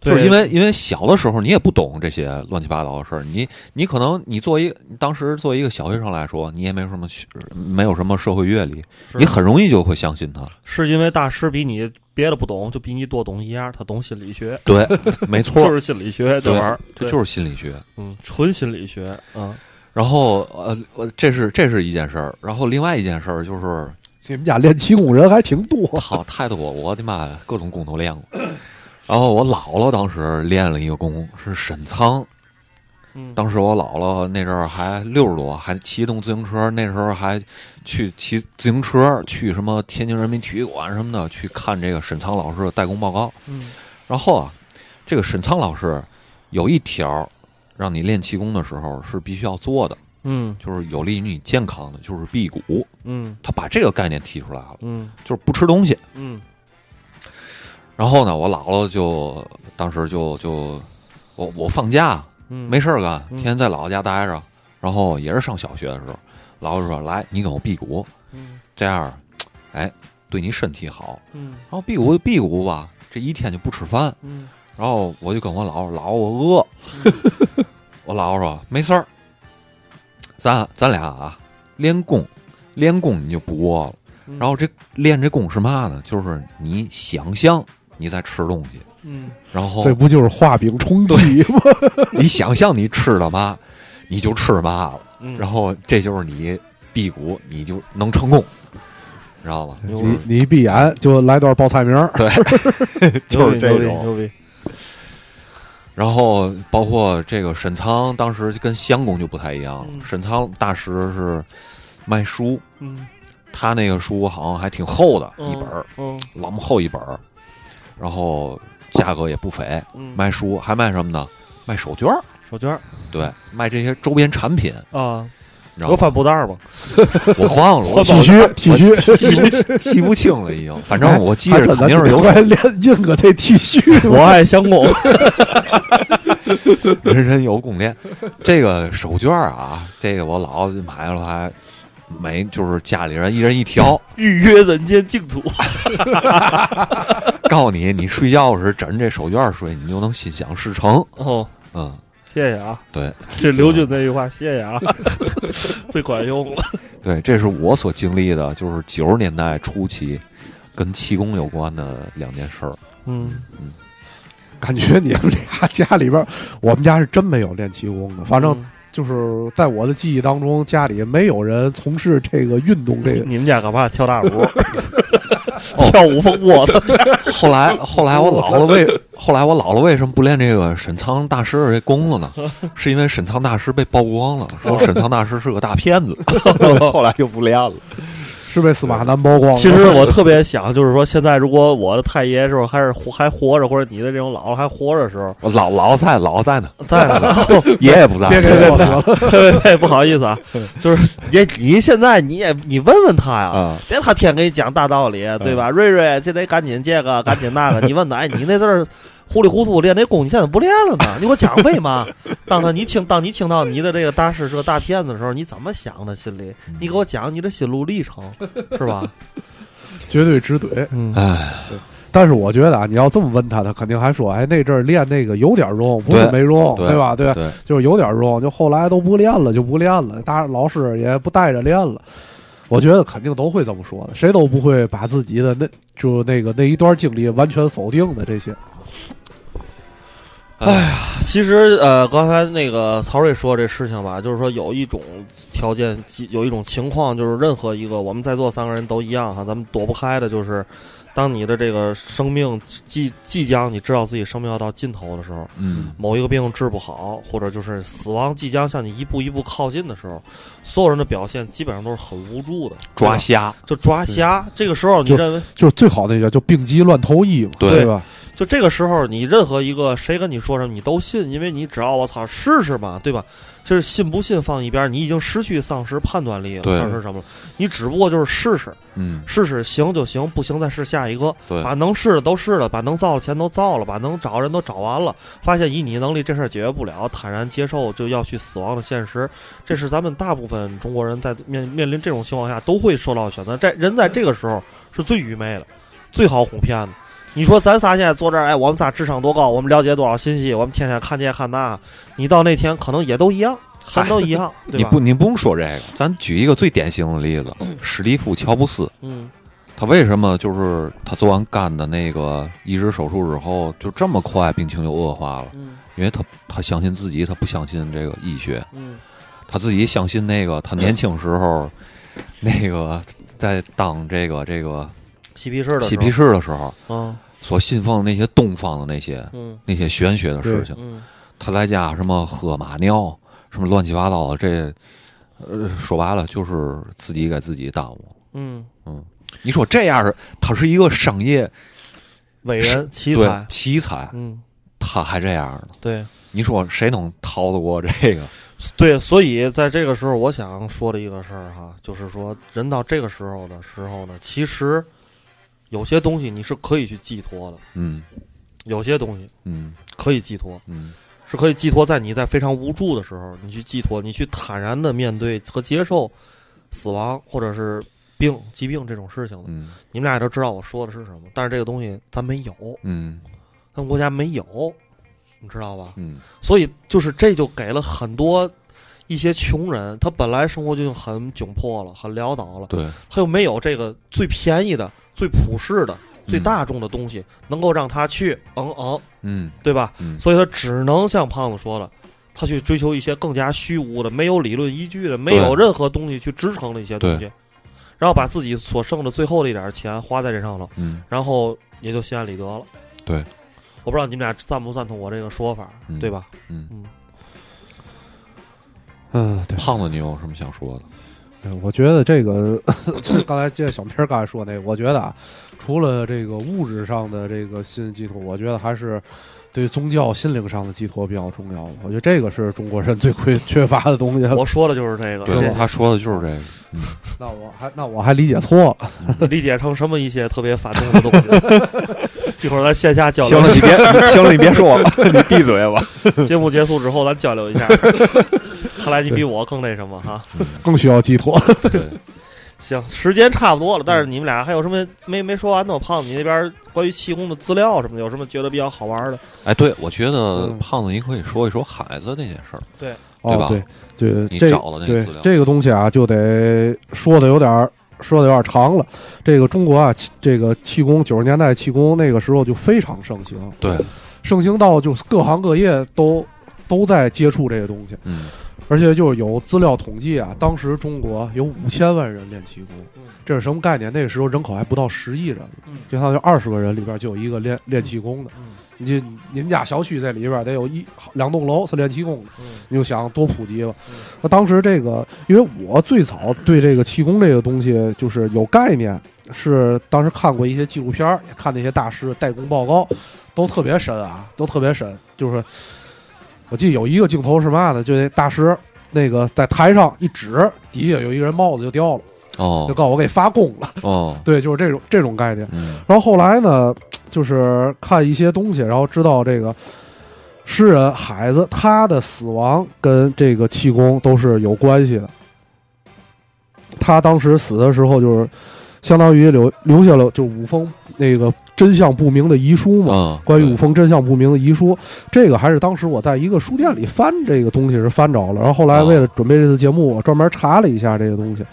S3: 就是因为因为小的时候你也不懂这些乱七八糟的事儿，你你可能你作为一个你当时作为一个小学生来说，你也没有什么学没有什么社会阅历，
S2: 是
S3: 你很容易就会相信他。
S2: 是因为大师比你别的不懂，就比你多懂一样，他懂心理学。
S3: 对，没错，
S2: 就是心理学这
S3: 对
S2: 玩意儿，
S3: 这
S2: 对
S3: 就是心理学。
S2: 嗯，纯心理学啊。
S3: 然后呃，我这是这是一件事儿，然后另外一件事儿就是
S4: 你们家练气功人还挺多，
S3: 好太多，我的妈呀，各种功都练过。然后我姥姥当时练了一个功是沈仓，
S2: 嗯
S3: 当时我姥姥那阵儿还六十多，还骑动自行车，那时候还去骑自行车去什么天津人民体育馆什么的去看这个沈沧老师的代工报告。
S4: 嗯，
S3: 然后啊，这个沈沧老师有一条让你练气功的时候是必须要做的，
S2: 嗯
S3: 就是有利于你健康的，就是辟谷。
S2: 嗯
S3: 他把这个概念提出来了，
S2: 嗯
S3: 就是不吃东西。
S2: 嗯
S3: 然后呢，我姥姥就当时就就我我放假，
S2: 嗯
S3: 没事儿干，
S2: 嗯
S3: 天天在姥姥家待着，然后也是上小学的时候，姥姥说：“来，你给我辟谷，
S2: 嗯
S3: 这样，哎，对你身体好。”
S2: 嗯
S3: 然后辟谷就辟谷吧，这一天就不吃饭。
S2: 嗯
S3: 然后我就跟我姥姥，姥我饿，
S2: 嗯
S3: 我姥姥说没事儿，咱咱俩啊练功，练功你就不饿了。
S2: 嗯
S3: 然后这练这功是嘛呢？就是你想象你在吃东西，
S2: 嗯，
S3: 然后
S4: 这不就是画饼充饥 吗？
S3: 你想象你吃了嘛，你就吃嘛了
S2: 嗯。
S3: 然后这就是你辟谷，你就能成功，知道吧？
S4: 你你一闭眼就来段报菜名儿，
S3: 对就是这
S2: 牛逼
S3: 种
S2: 牛逼，
S3: 然后包括这个沈沧，当时跟相公就不太一样了。沈沧大师是卖书，
S2: 嗯
S3: 他那个书好像还挺厚的，
S2: 嗯
S3: 一本儿，
S2: 嗯
S3: 老么厚一本儿，然后价格也不菲。
S2: 嗯
S3: 卖书还卖什么呢？卖手绢 儿，
S2: 手绢儿
S3: 对，卖这些周边产 品。
S2: 啊，
S3: 你知道
S2: 有
S3: 吗
S2: 帆布袋儿吗？
S3: 我 忘了，我
S2: 环保袋儿
S4: 剃须
S3: 我记不记不清了已经。反正我记
S4: 还
S3: 着
S4: 真的
S3: 肯定是有手
S4: 还哎练印个这 T 恤，
S2: 我爱相 公。
S3: 人人有共练。这个手绢儿啊，这个我姥姥买了还没，就是家里人一人一条。
S2: 预约人间净 土，
S3: 告诉你，你睡觉时枕着这手绢儿睡，你就能心想事成。
S2: 哦，
S3: 嗯，
S2: 谢谢啊，
S3: 对，
S2: 这刘俊这句话谢 谢啊，最管用了。
S3: 对，这是我所经历的，就是九十年代初期跟气功有关的两件事儿。
S2: 嗯
S3: 嗯，
S4: 感觉你们俩家里边儿，我们家是真没有练气功的，反正就是在我的记忆当中，家里没有人从事这个运动这个。
S2: 你们家 干嘛跳 大舞？跳舞风我的，
S3: 后 来后来我姥姥为后来我姥姥为什么不练这个沈沧大师的这功了呢？是因为沈沧大师被曝光 了，说沈沧大师是个大骗子，后来就不练了。
S4: 是被司马南包光了。
S2: 其实我特别想，就是说，现在如果我的太爷是不是还是活还活着，或者你的这种姥姥还活着的时候，
S3: 我姥姥在，姥姥在呢，
S2: 在呢
S3: 爷爷不在，
S2: 别别别别别别，不好意 思啊，就是也你现在你也你问问他呀
S3: 啊，
S2: 别他天给你讲大道
S4: 啊
S2: 理，对吧？瑞瑞，这得赶紧这个，赶紧那个，你问他，哎，你那阵儿糊里糊涂练那功，你现在怎么不练了呢？你给我讲为嘛？当他你听当你听到你的这个大师是个大骗子的时候，你怎么想的？心里，你给我讲你的心路历程，是吧？
S4: 绝对直怼。
S2: 嗯，
S3: 哎，
S4: 但是我觉得啊，你要这么问他，他肯定还说：“哎，那阵儿练那个有点用，不是
S3: 对
S4: 没用，
S3: 对
S4: 吧？对，
S3: 对
S4: 就是有点用，就后来都不练了，就不练了，大老师也不带着练了。”我觉得肯定都会这么说的，谁都不会把自己的那就那个那一段经历完全否定的这些。
S2: 哎呀，其实呃，刚才那个曹睿说这事情吧，就是说有一种条件，即有一种情况，就是任何一个我们在座三个人都一样哈，咱们躲不开的就是，当你的这个生命即即将你知道自己生命要到尽头的时候，
S3: 嗯，
S2: 某一个病治不好，或者就是死亡即将向你一步一步靠近的时候，所有人的表现基本上都是很无助的，
S3: 抓瞎，
S2: 就抓瞎。这个时候，你
S4: 就
S2: 认为
S4: 就是最好那个就病急乱投医嘛，
S3: 对
S4: 对吧？
S2: 就这个时候，你任何一个谁跟你说什么，你都信，因为你只要我操试试嘛，对吧？就是信不信放一边，你已经失去丧失判断力了，
S3: 对
S2: 丧失什么了？你只不过就是试试，
S3: 嗯，
S2: 试试行就行，不行再试下一个，
S3: 对
S2: 把能试的都试了，把能造的钱都造了，把能找的人都找完了，发现以你能力这事儿解决不了，坦然接受就要去死亡的现实，这是咱们大部分中国人在面面临这种情况下都会受到的选择。在人在这个时候是最愚昧的，最好哄骗的。你说咱仨现在坐这儿，哎，我们仨智商多高，我们了解多少信息，我们天天看这看那，你到那天可能也都一样，咱都一样，对
S3: 你
S2: 吧？
S3: 不你不用说这个，咱举一个最典型的例子，史蒂夫·乔布斯，
S2: 嗯
S3: 他为什么就是他做完肝的那个移植手术之后就这么快病情就恶化了？
S2: 嗯
S3: 因为他他相信自己，他不相信这个医学，
S2: 嗯
S3: 他自己相信那个他年轻时候那个在当这个这个
S2: 嬉皮士的时候
S3: 嬉皮士的时候
S2: 嗯
S3: 所信奉的那些东方的那些
S2: 嗯
S3: 那些玄学的事情，
S2: 嗯
S3: 他在家什么喝马尿，什么乱七八糟的，这呃说白了就是自己给自己耽误。
S2: 嗯
S3: 嗯，你说这样儿，他是一个商业
S2: 伟人奇
S3: 对
S2: 才
S3: 奇才，
S2: 嗯，
S3: 他还这样呢。
S2: 对，
S3: 你说谁能逃得过这个？
S2: 对，所以在这个时候，我想说的一个事儿哈，就是说，人到这个时候的时候呢，其实有些东西你是可以去寄托的，
S3: 嗯，
S2: 有些东西，
S3: 嗯，
S2: 可以寄托，
S3: 嗯，
S2: 是可以寄托在你在非常无助的时候，你去寄托，你去坦然的面对和接受死亡或者是病、疾病这种事情的。
S3: 嗯，
S2: 你们俩也都知道我说的是什么，但是这个东西咱没有，
S3: 嗯，
S2: 咱们国家没有，你知道吧？
S3: 嗯，
S2: 所以就是这就给了很多一些穷人，他本来生活就很窘迫了，很潦倒了，
S3: 对，
S2: 他又没有这个最便宜的、最普世的、最大众的东西，能够让他去嗯嗯，
S3: 嗯，
S2: 对吧？
S3: 嗯
S2: 所以他只能像胖子说的。他去追求一些更加虚无的、没有理论依据的、没有任何东西去支撑的一些东西
S3: 对，
S2: 然后把自己所剩的最后的一点钱花在这上头，
S3: 嗯
S2: 然后也就心安理得了。
S3: 对，
S2: 我不知道你们俩赞不赞同我这个说法，
S3: 嗯
S2: 对吧？
S3: 嗯
S2: 嗯，
S4: 嗯，
S3: 胖子，你有什么想说的？
S4: 对，我觉得这个刚才接着小明儿刚才说那个，我觉得啊，除了这个物质上的这个心灵寄托，我觉得还是对宗教心灵上的寄托比较重要。我觉得这个是中国人最缺缺乏的东西了。
S2: 我说的就是这个，谢
S3: 对，
S2: 谢
S3: 他说的就是这个。嗯，
S4: 那我还那我还理解错了，
S2: 你 理解成什么一些特别反动的东西。 一会儿咱线下交流。
S12: 行了你别行了你别说了你闭嘴吧
S2: 节目结束之后，咱交流一下。看来你比我更那什么哈。
S4: 更需要寄托。
S2: 行，时间差不多了，但
S12: 嗯
S2: 是你们俩还有什么没没说完的吗？胖子，你那边关于气功的资料什么的，有什么觉得比较好玩的？
S3: 哎，对，我觉得
S2: 嗯
S3: 胖子，你可以说一说孩子那件事儿，
S2: 对
S3: 对吧？
S4: 哦，对，对，
S3: 你
S4: 这
S3: 找的那个
S4: 对
S3: 资料，
S4: 这个东西啊，就得说的有点儿说的有点儿长了。这个中国啊，气这个气功九十年代气功那个时候就非常盛行，
S3: 对，
S4: 盛行到就是各行各业都都在接触这个东西，
S3: 嗯，
S4: 而且就是有资料统计啊，当时中国有五千万人练气功，这是什么概念？那个时候人口还不到十亿人，就相当于二十个人里边就有一个练练气功的。你这你们家小区这里边得有一两栋楼是练气功的，你就想多普及吧。那当时这个，因为我最早对这个气功这个东西就是有概念，是当时看过一些纪录片儿，也看那些大师的代工报告，都特别深啊，都特别深。就是我记得有一个镜头是嘛呢？就那大师那个在台上一指，底下有一个人帽子就掉了，就
S3: 哦
S4: 告诉我给发功了。
S3: 哦，
S4: 对，就是这种这种概念。
S3: 嗯
S4: 然后后来呢，就是看一些东西，然后知道这个诗人孩子他的死亡跟这个气功都是有关系的。他当时死的时候，就是相当于留留下了就五峰那个真相不明的遗书嘛，
S3: 嗯
S4: 关于
S3: 对
S4: 五峰真相不明的遗书，这个还是当时我在一个书店里翻这个东西是翻着了，然后后来为了准备这次节目，我专门查了一下这个东西，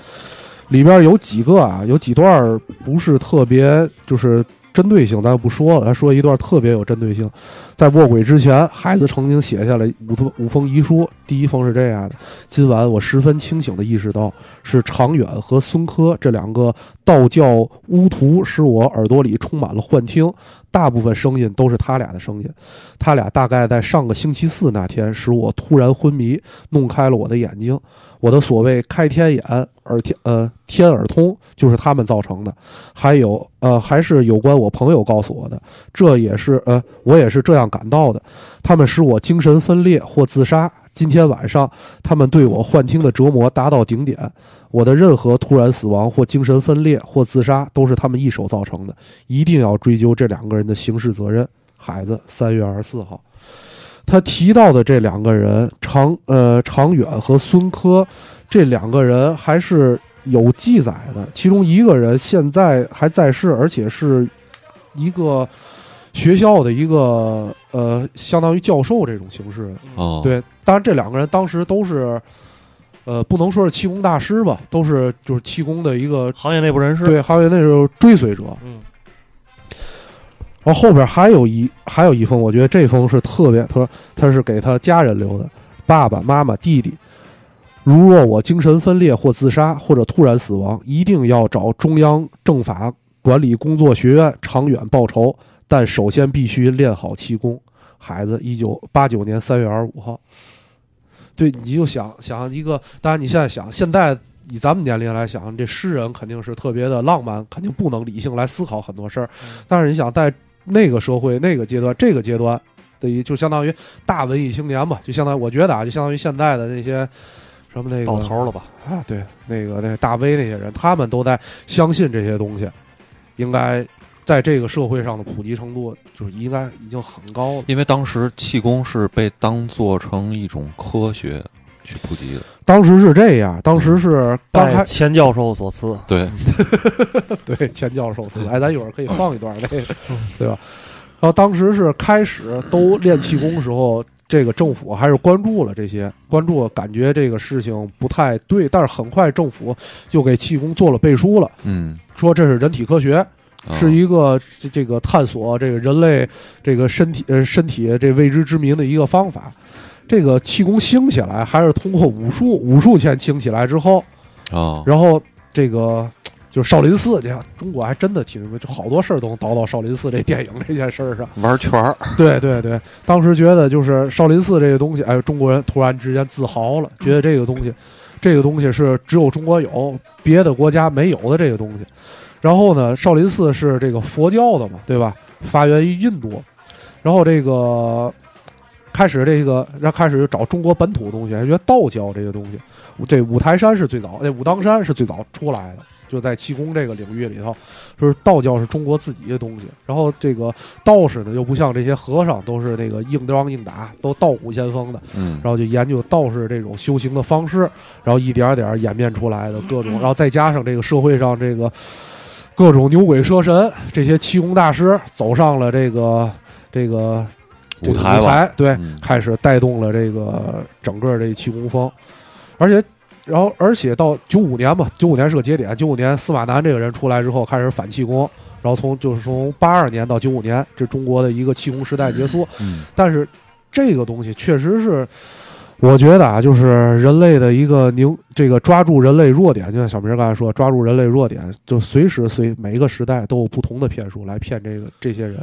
S4: 里边有几个啊，有几段儿不是特别就是针对性，咱就不说了，咱说一段特别有针对性。在卧轨之前，孩子曾经写下了五封五封遗书，第一封是这样的：今晚我十分清醒地意识到，是常远和孙科这两个道教巫徒使我耳朵里充满了幻听，大部分声音都是他俩的声音。他俩大概在上个星期四那天，使我突然昏迷，弄开了我的眼睛。我的所谓开天眼、耳天呃天耳通，就是他们造成的。还有呃，还是有关我朋友告诉我的，这也是呃，我也是这样感到的。他们使我精神分裂或自杀。今天晚上，他们对我幻听的折磨达到顶点。我的任何突然死亡或精神分裂或自杀，都是他们一手造成的。一定要追究这两个人的刑事责任。孩子，三月二十四号。他提到的这两个人，常呃常远和孙科，这两个人还是有记载的。其中一个人现在还在世，而且是一个学校的一个呃，相当于教授这种形式。
S2: 嗯
S3: 哦，
S4: 对，当然这两个人当时都是。呃，不能说是气功大师吧，都是就是气功的一个
S2: 行业内部人士
S4: 对行业内部追随者。
S2: 嗯，
S4: 然后后边还有一还有一封，我觉得这封是特别，他说他是给他家人留的，爸爸妈妈、弟弟。如若我精神分裂或自杀，或者突然死亡，一定要找中央政法管理工作学院长远报仇，但首先必须练好气功。孩子，一九八九年三月二十五号。对，你就想想一个，当然你现在想，现在以咱们年龄来想，这诗人肯定是特别的浪漫，肯定不能理性来思考很多事儿。但是你想在那个社会、那个阶段、这个阶段的一，就相当于大文艺青年吧，就相当于我觉得啊，就相当于现在的那些什么那个
S2: 到头了吧？
S4: 啊，对，那个那个大 V 那些人，他们都在相信这些东西，应该在这个社会上的普及程度，就是应该已经很高了。
S3: 因为当时气功是被当做成一种科学去普及的。
S4: 当时是这样，嗯当时是刚开
S2: 拜钱教授所赐，
S3: 对，
S4: 对，钱教授，哎，咱一会儿可以放一段那个，对吧？然后当时是开始都练气功时候，这个政府还是关注了这些，关注感觉这个事情不太对，但是很快政府就给气功做了背书了，
S3: 嗯，
S4: 说这是人体科学，是一个这这个探索这个人类这个身体呃身体这未知之谜的一个方法。这个气功兴起来，还是通过武术，武术先兴起来之后，
S3: 啊，
S4: 然后这个就是少林寺，你看中国还真的挺，就好多事儿都能倒到少林寺 这电影这件事儿上。
S3: 玩圈儿，
S4: 对对对，当时觉得就是少林寺这个东西，哎，中国人突然之间自豪了，觉得这个东西，这个东西是只有中国有，别的国家没有的这个东西。然后呢，少林寺是这个佛教的嘛，对吧？发源于印度，然后这个开始这个，然后开始就找中国本土东西，还觉得道教这个东西，这五台山是最早，那武当山是最早出来的，就在气功这个领域里头，就是道教是中国自己的东西。然后这个道士呢，又不像这些和尚都是那个硬装硬打，都道骨先锋的，
S3: 嗯，
S4: 然后就研究道士这种修行的方式，然后一点儿点儿演变出来的各种，然后再加上这个社会上这个各种牛鬼蛇神这些气功大师走上了这个这个这个
S3: 舞台
S4: 舞
S3: 吧
S4: 台，对，
S3: 嗯
S4: 开始带动了这个整个这气功风，而且。然后，而且到九五年吧，九五年是个节点。九五年司马南这个人出来之后，开始反气功，然后从就是从八二年到九五年，这中国的一个气功时代结束。
S3: 嗯，
S4: 但是这个东西确实是，我觉得啊，就是人类的一个凝，这个抓住人类弱点，就像小明刚才说，抓住人类弱点，就随时随每一个时代都有不同的骗术来骗这个这些人。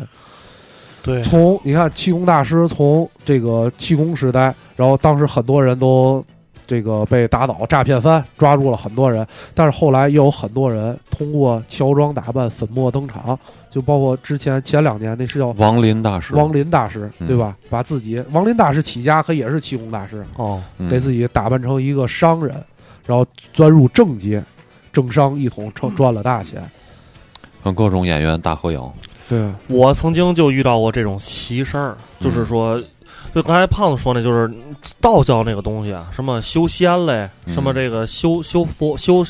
S2: 对，
S4: 从你看气功大师，从这个气功时代，然后当时很多人都这个被打倒、诈骗犯，抓住了很多人，但是后来又有很多人通过乔装打扮、粉墨登场，就包括之前前两年那是叫
S3: 王林大师，
S4: 王林大师，
S3: 嗯
S4: 对吧？把自己王林大师起家，可也是气功大师
S2: 哦
S3: 嗯
S4: 给自己打扮成一个商人，然后钻入政界，政商一统，
S3: 嗯
S4: 赚赚了大钱。
S3: 和各种演员大合影，
S4: 对，
S2: 嗯我曾经就遇到过这种奇事儿，
S3: 嗯
S2: 就是说，就刚才胖子说那，就是道教那个东西啊，什么修仙嘞，
S3: 嗯
S2: 什么这个修修佛修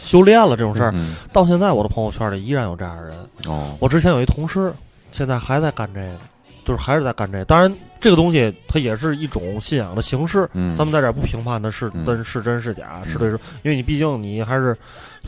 S2: 修炼了这种事儿，
S3: 嗯
S2: 到现在我的朋友圈里依然有这样的人。
S3: 哦，
S2: 我之前有一同事，现在还在干这个，就是还是在干这个。当然，这个东西它也是一种信仰的形式，
S3: 嗯
S2: 咱们在这儿不评判它是
S3: 嗯
S2: 真是真是假，是对是，因为你毕竟你还是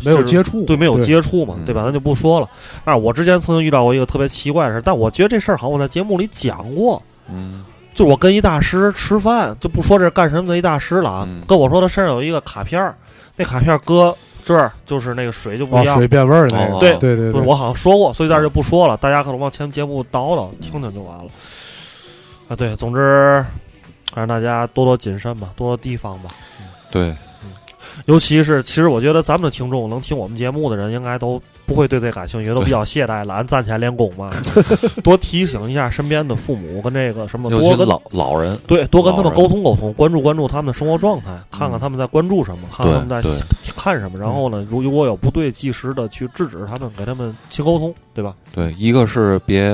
S4: 没有
S2: 就是
S4: 接触
S2: 对，没有
S4: 对
S2: 接触嘛，
S3: 嗯
S2: 对吧？咱就不说了。但是我之前曾经遇到过一个特别奇怪的事，但我觉得这事儿好像我在节目里讲过，
S3: 嗯，
S2: 就我跟一大师吃饭，就不说这是干什么的一大师了啊，
S4: 嗯
S2: 跟我说他身上有一个卡片儿，那卡片儿搁这儿就是那个水就不一样，
S4: 哦水变味儿的那个
S2: 对
S4: 对对对
S2: 不是我好像说过，所以在这儿就不说了，大家可能往前节目倒倒听听就完了。啊，对，总之还是大家多多谨慎吧，多多提防吧。
S3: 对，
S2: 尤其是，其实我觉得咱们的听众能听我们节目的人，应该都不会对这感兴趣，都比较懈怠，懒，站起来练功嘛。多提醒一下身边的父母跟这个什么，
S3: 尤
S2: 多
S3: 其
S2: 跟
S3: 老老人，
S2: 对，多跟他们
S3: 老人嗯
S2: 沟通沟通，关注关注他们的生活状态，看看他们在关注什么，看看他们在
S3: 对
S2: 看什么。然后呢，如如果有不对，及时的去制止他们，给他们去沟通，对吧？
S3: 对，一个是别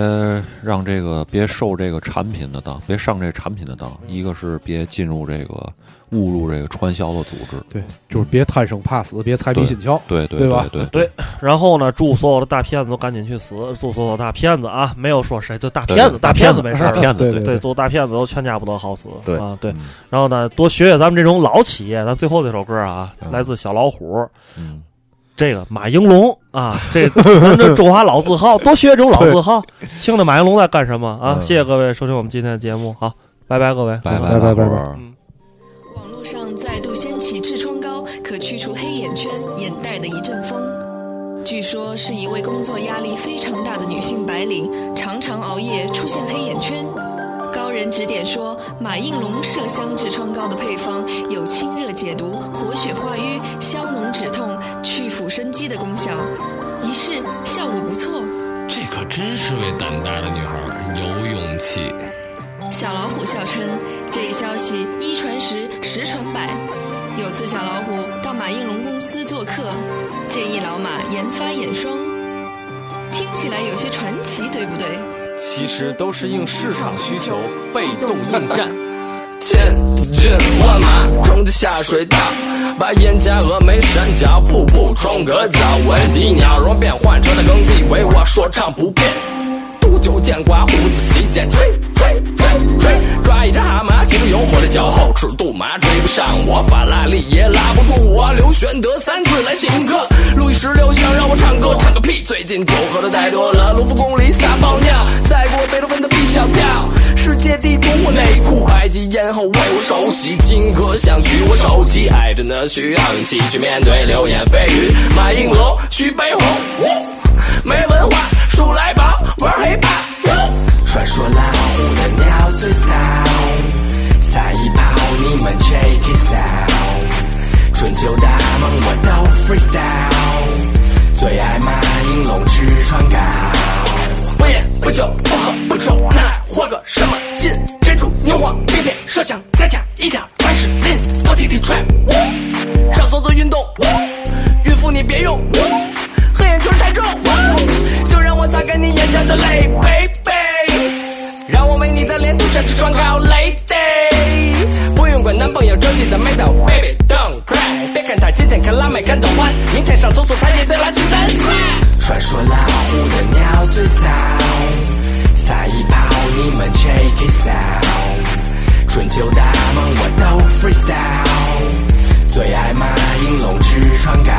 S3: 让这个别受这个产品的当，别上这产品的当；一个是别进入这个误入这个传销的组织。
S4: 对，就是别贪生怕死，别财迷心窍，
S3: 对
S4: 对
S3: 对
S4: 吧？
S3: 对
S2: 对。然后呢，祝所有的大骗子都赶紧去死！祝所有的大骗子啊，没有说谁，就大骗子，
S3: 对
S2: 大
S3: 大
S2: 骗
S3: 骗
S2: 子
S3: 子
S2: 没事
S3: 大
S2: 儿了，
S3: 骗子对
S2: 对
S3: 对
S2: 做大骗子都全家不得好死。
S3: 对嗯
S2: 啊，对。然后呢，多学学咱们这种老企业。咱最后这首歌啊，来自小老虎。
S3: 嗯。
S2: 这个马应龙啊，这 咱这中华老字号，多学学这种老字号，听着马应龙在干什么啊？谢谢各位收听我们今天的节目，好，拜拜各位，
S3: 嗯拜拜拜拜拜拜
S2: 嗯
S13: 网络上再度掀起痔疮膏可去除黑眼圈、眼袋的一阵风。据说是一位工作压力非常大的女性白领，常常熬夜出现黑眼圈。人指点说，马应龙麝香痔疮膏的配方有清热解毒、活血化瘀、消脓止痛、去腐生肌的功效，一试效果不错。
S14: 这可真是位胆大的女孩儿，有勇气。
S13: 小老虎笑称，这一消息一传十，十传百。有次小老虎到马应龙公司做客，建议老马研发眼霜，听起来有些传奇，对不对？
S15: 其实都是应市场需求，被动应战。
S16: 千军万马冲进下水道，把眼前峨眉山脚瀑布冲个澡。为敌鸟若变换成了耕地，唯我说唱不变。杜酒见刮胡子洗剪吹吹吹吹，抓一只蛤蟆骑着油抹在脚后，尺度麻追不上我，法拉利也拉不住我。刘玄德三次来请客，路易十六想让我唱歌，唱个屁！最近酒喝的太多了，卢浮宫里撒泡尿，赛过贝多芬的 B 小调。世界地图我内裤，埃及艳后为我熟悉，荆轲想娶我手机，爱真的需要勇气去面对流言蜚语。马应龙，徐悲鸿，没文化，数来宝，玩黑怕。
S17: 传说老虎的尿最骚，撒一泡你们 check it out，春秋大梦我都 freestyle，最爱马应龙吃川膏。
S16: 不饮不酒不喝不愁，那还花个什么劲？珍珠牛黄冰片设想再加一点凡士林，多踢踢 trap，呜上搜做运动，呜孕妇你别用，呜黑眼圈太重，呜就让我擦干你眼角的泪，baby，让我为你的脸涂上痔疮膏，lady，不用管男朋友着急的没到，baby don't cry，别看他今天看辣妹看得欢，明天上厕所他也得拉清单。
S17: 传说老虎的尿最骚，撒一泡你们 check it out，春秋大梦我都 freestyle，最爱马应龙吃川膏。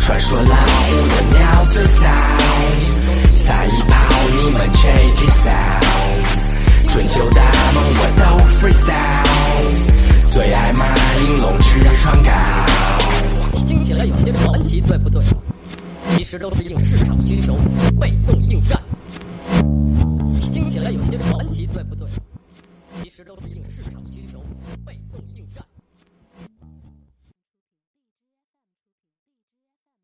S17: 传说老虎的尿最骚，撒一泡你们 check it out，春秋大梦我都 freestyle，最爱马应龙吃川膏。
S18: 听起来有些传奇，对不对？其实都是应市场需求，被动应战。听起来有些传奇，对不对？其实都是应市场需求。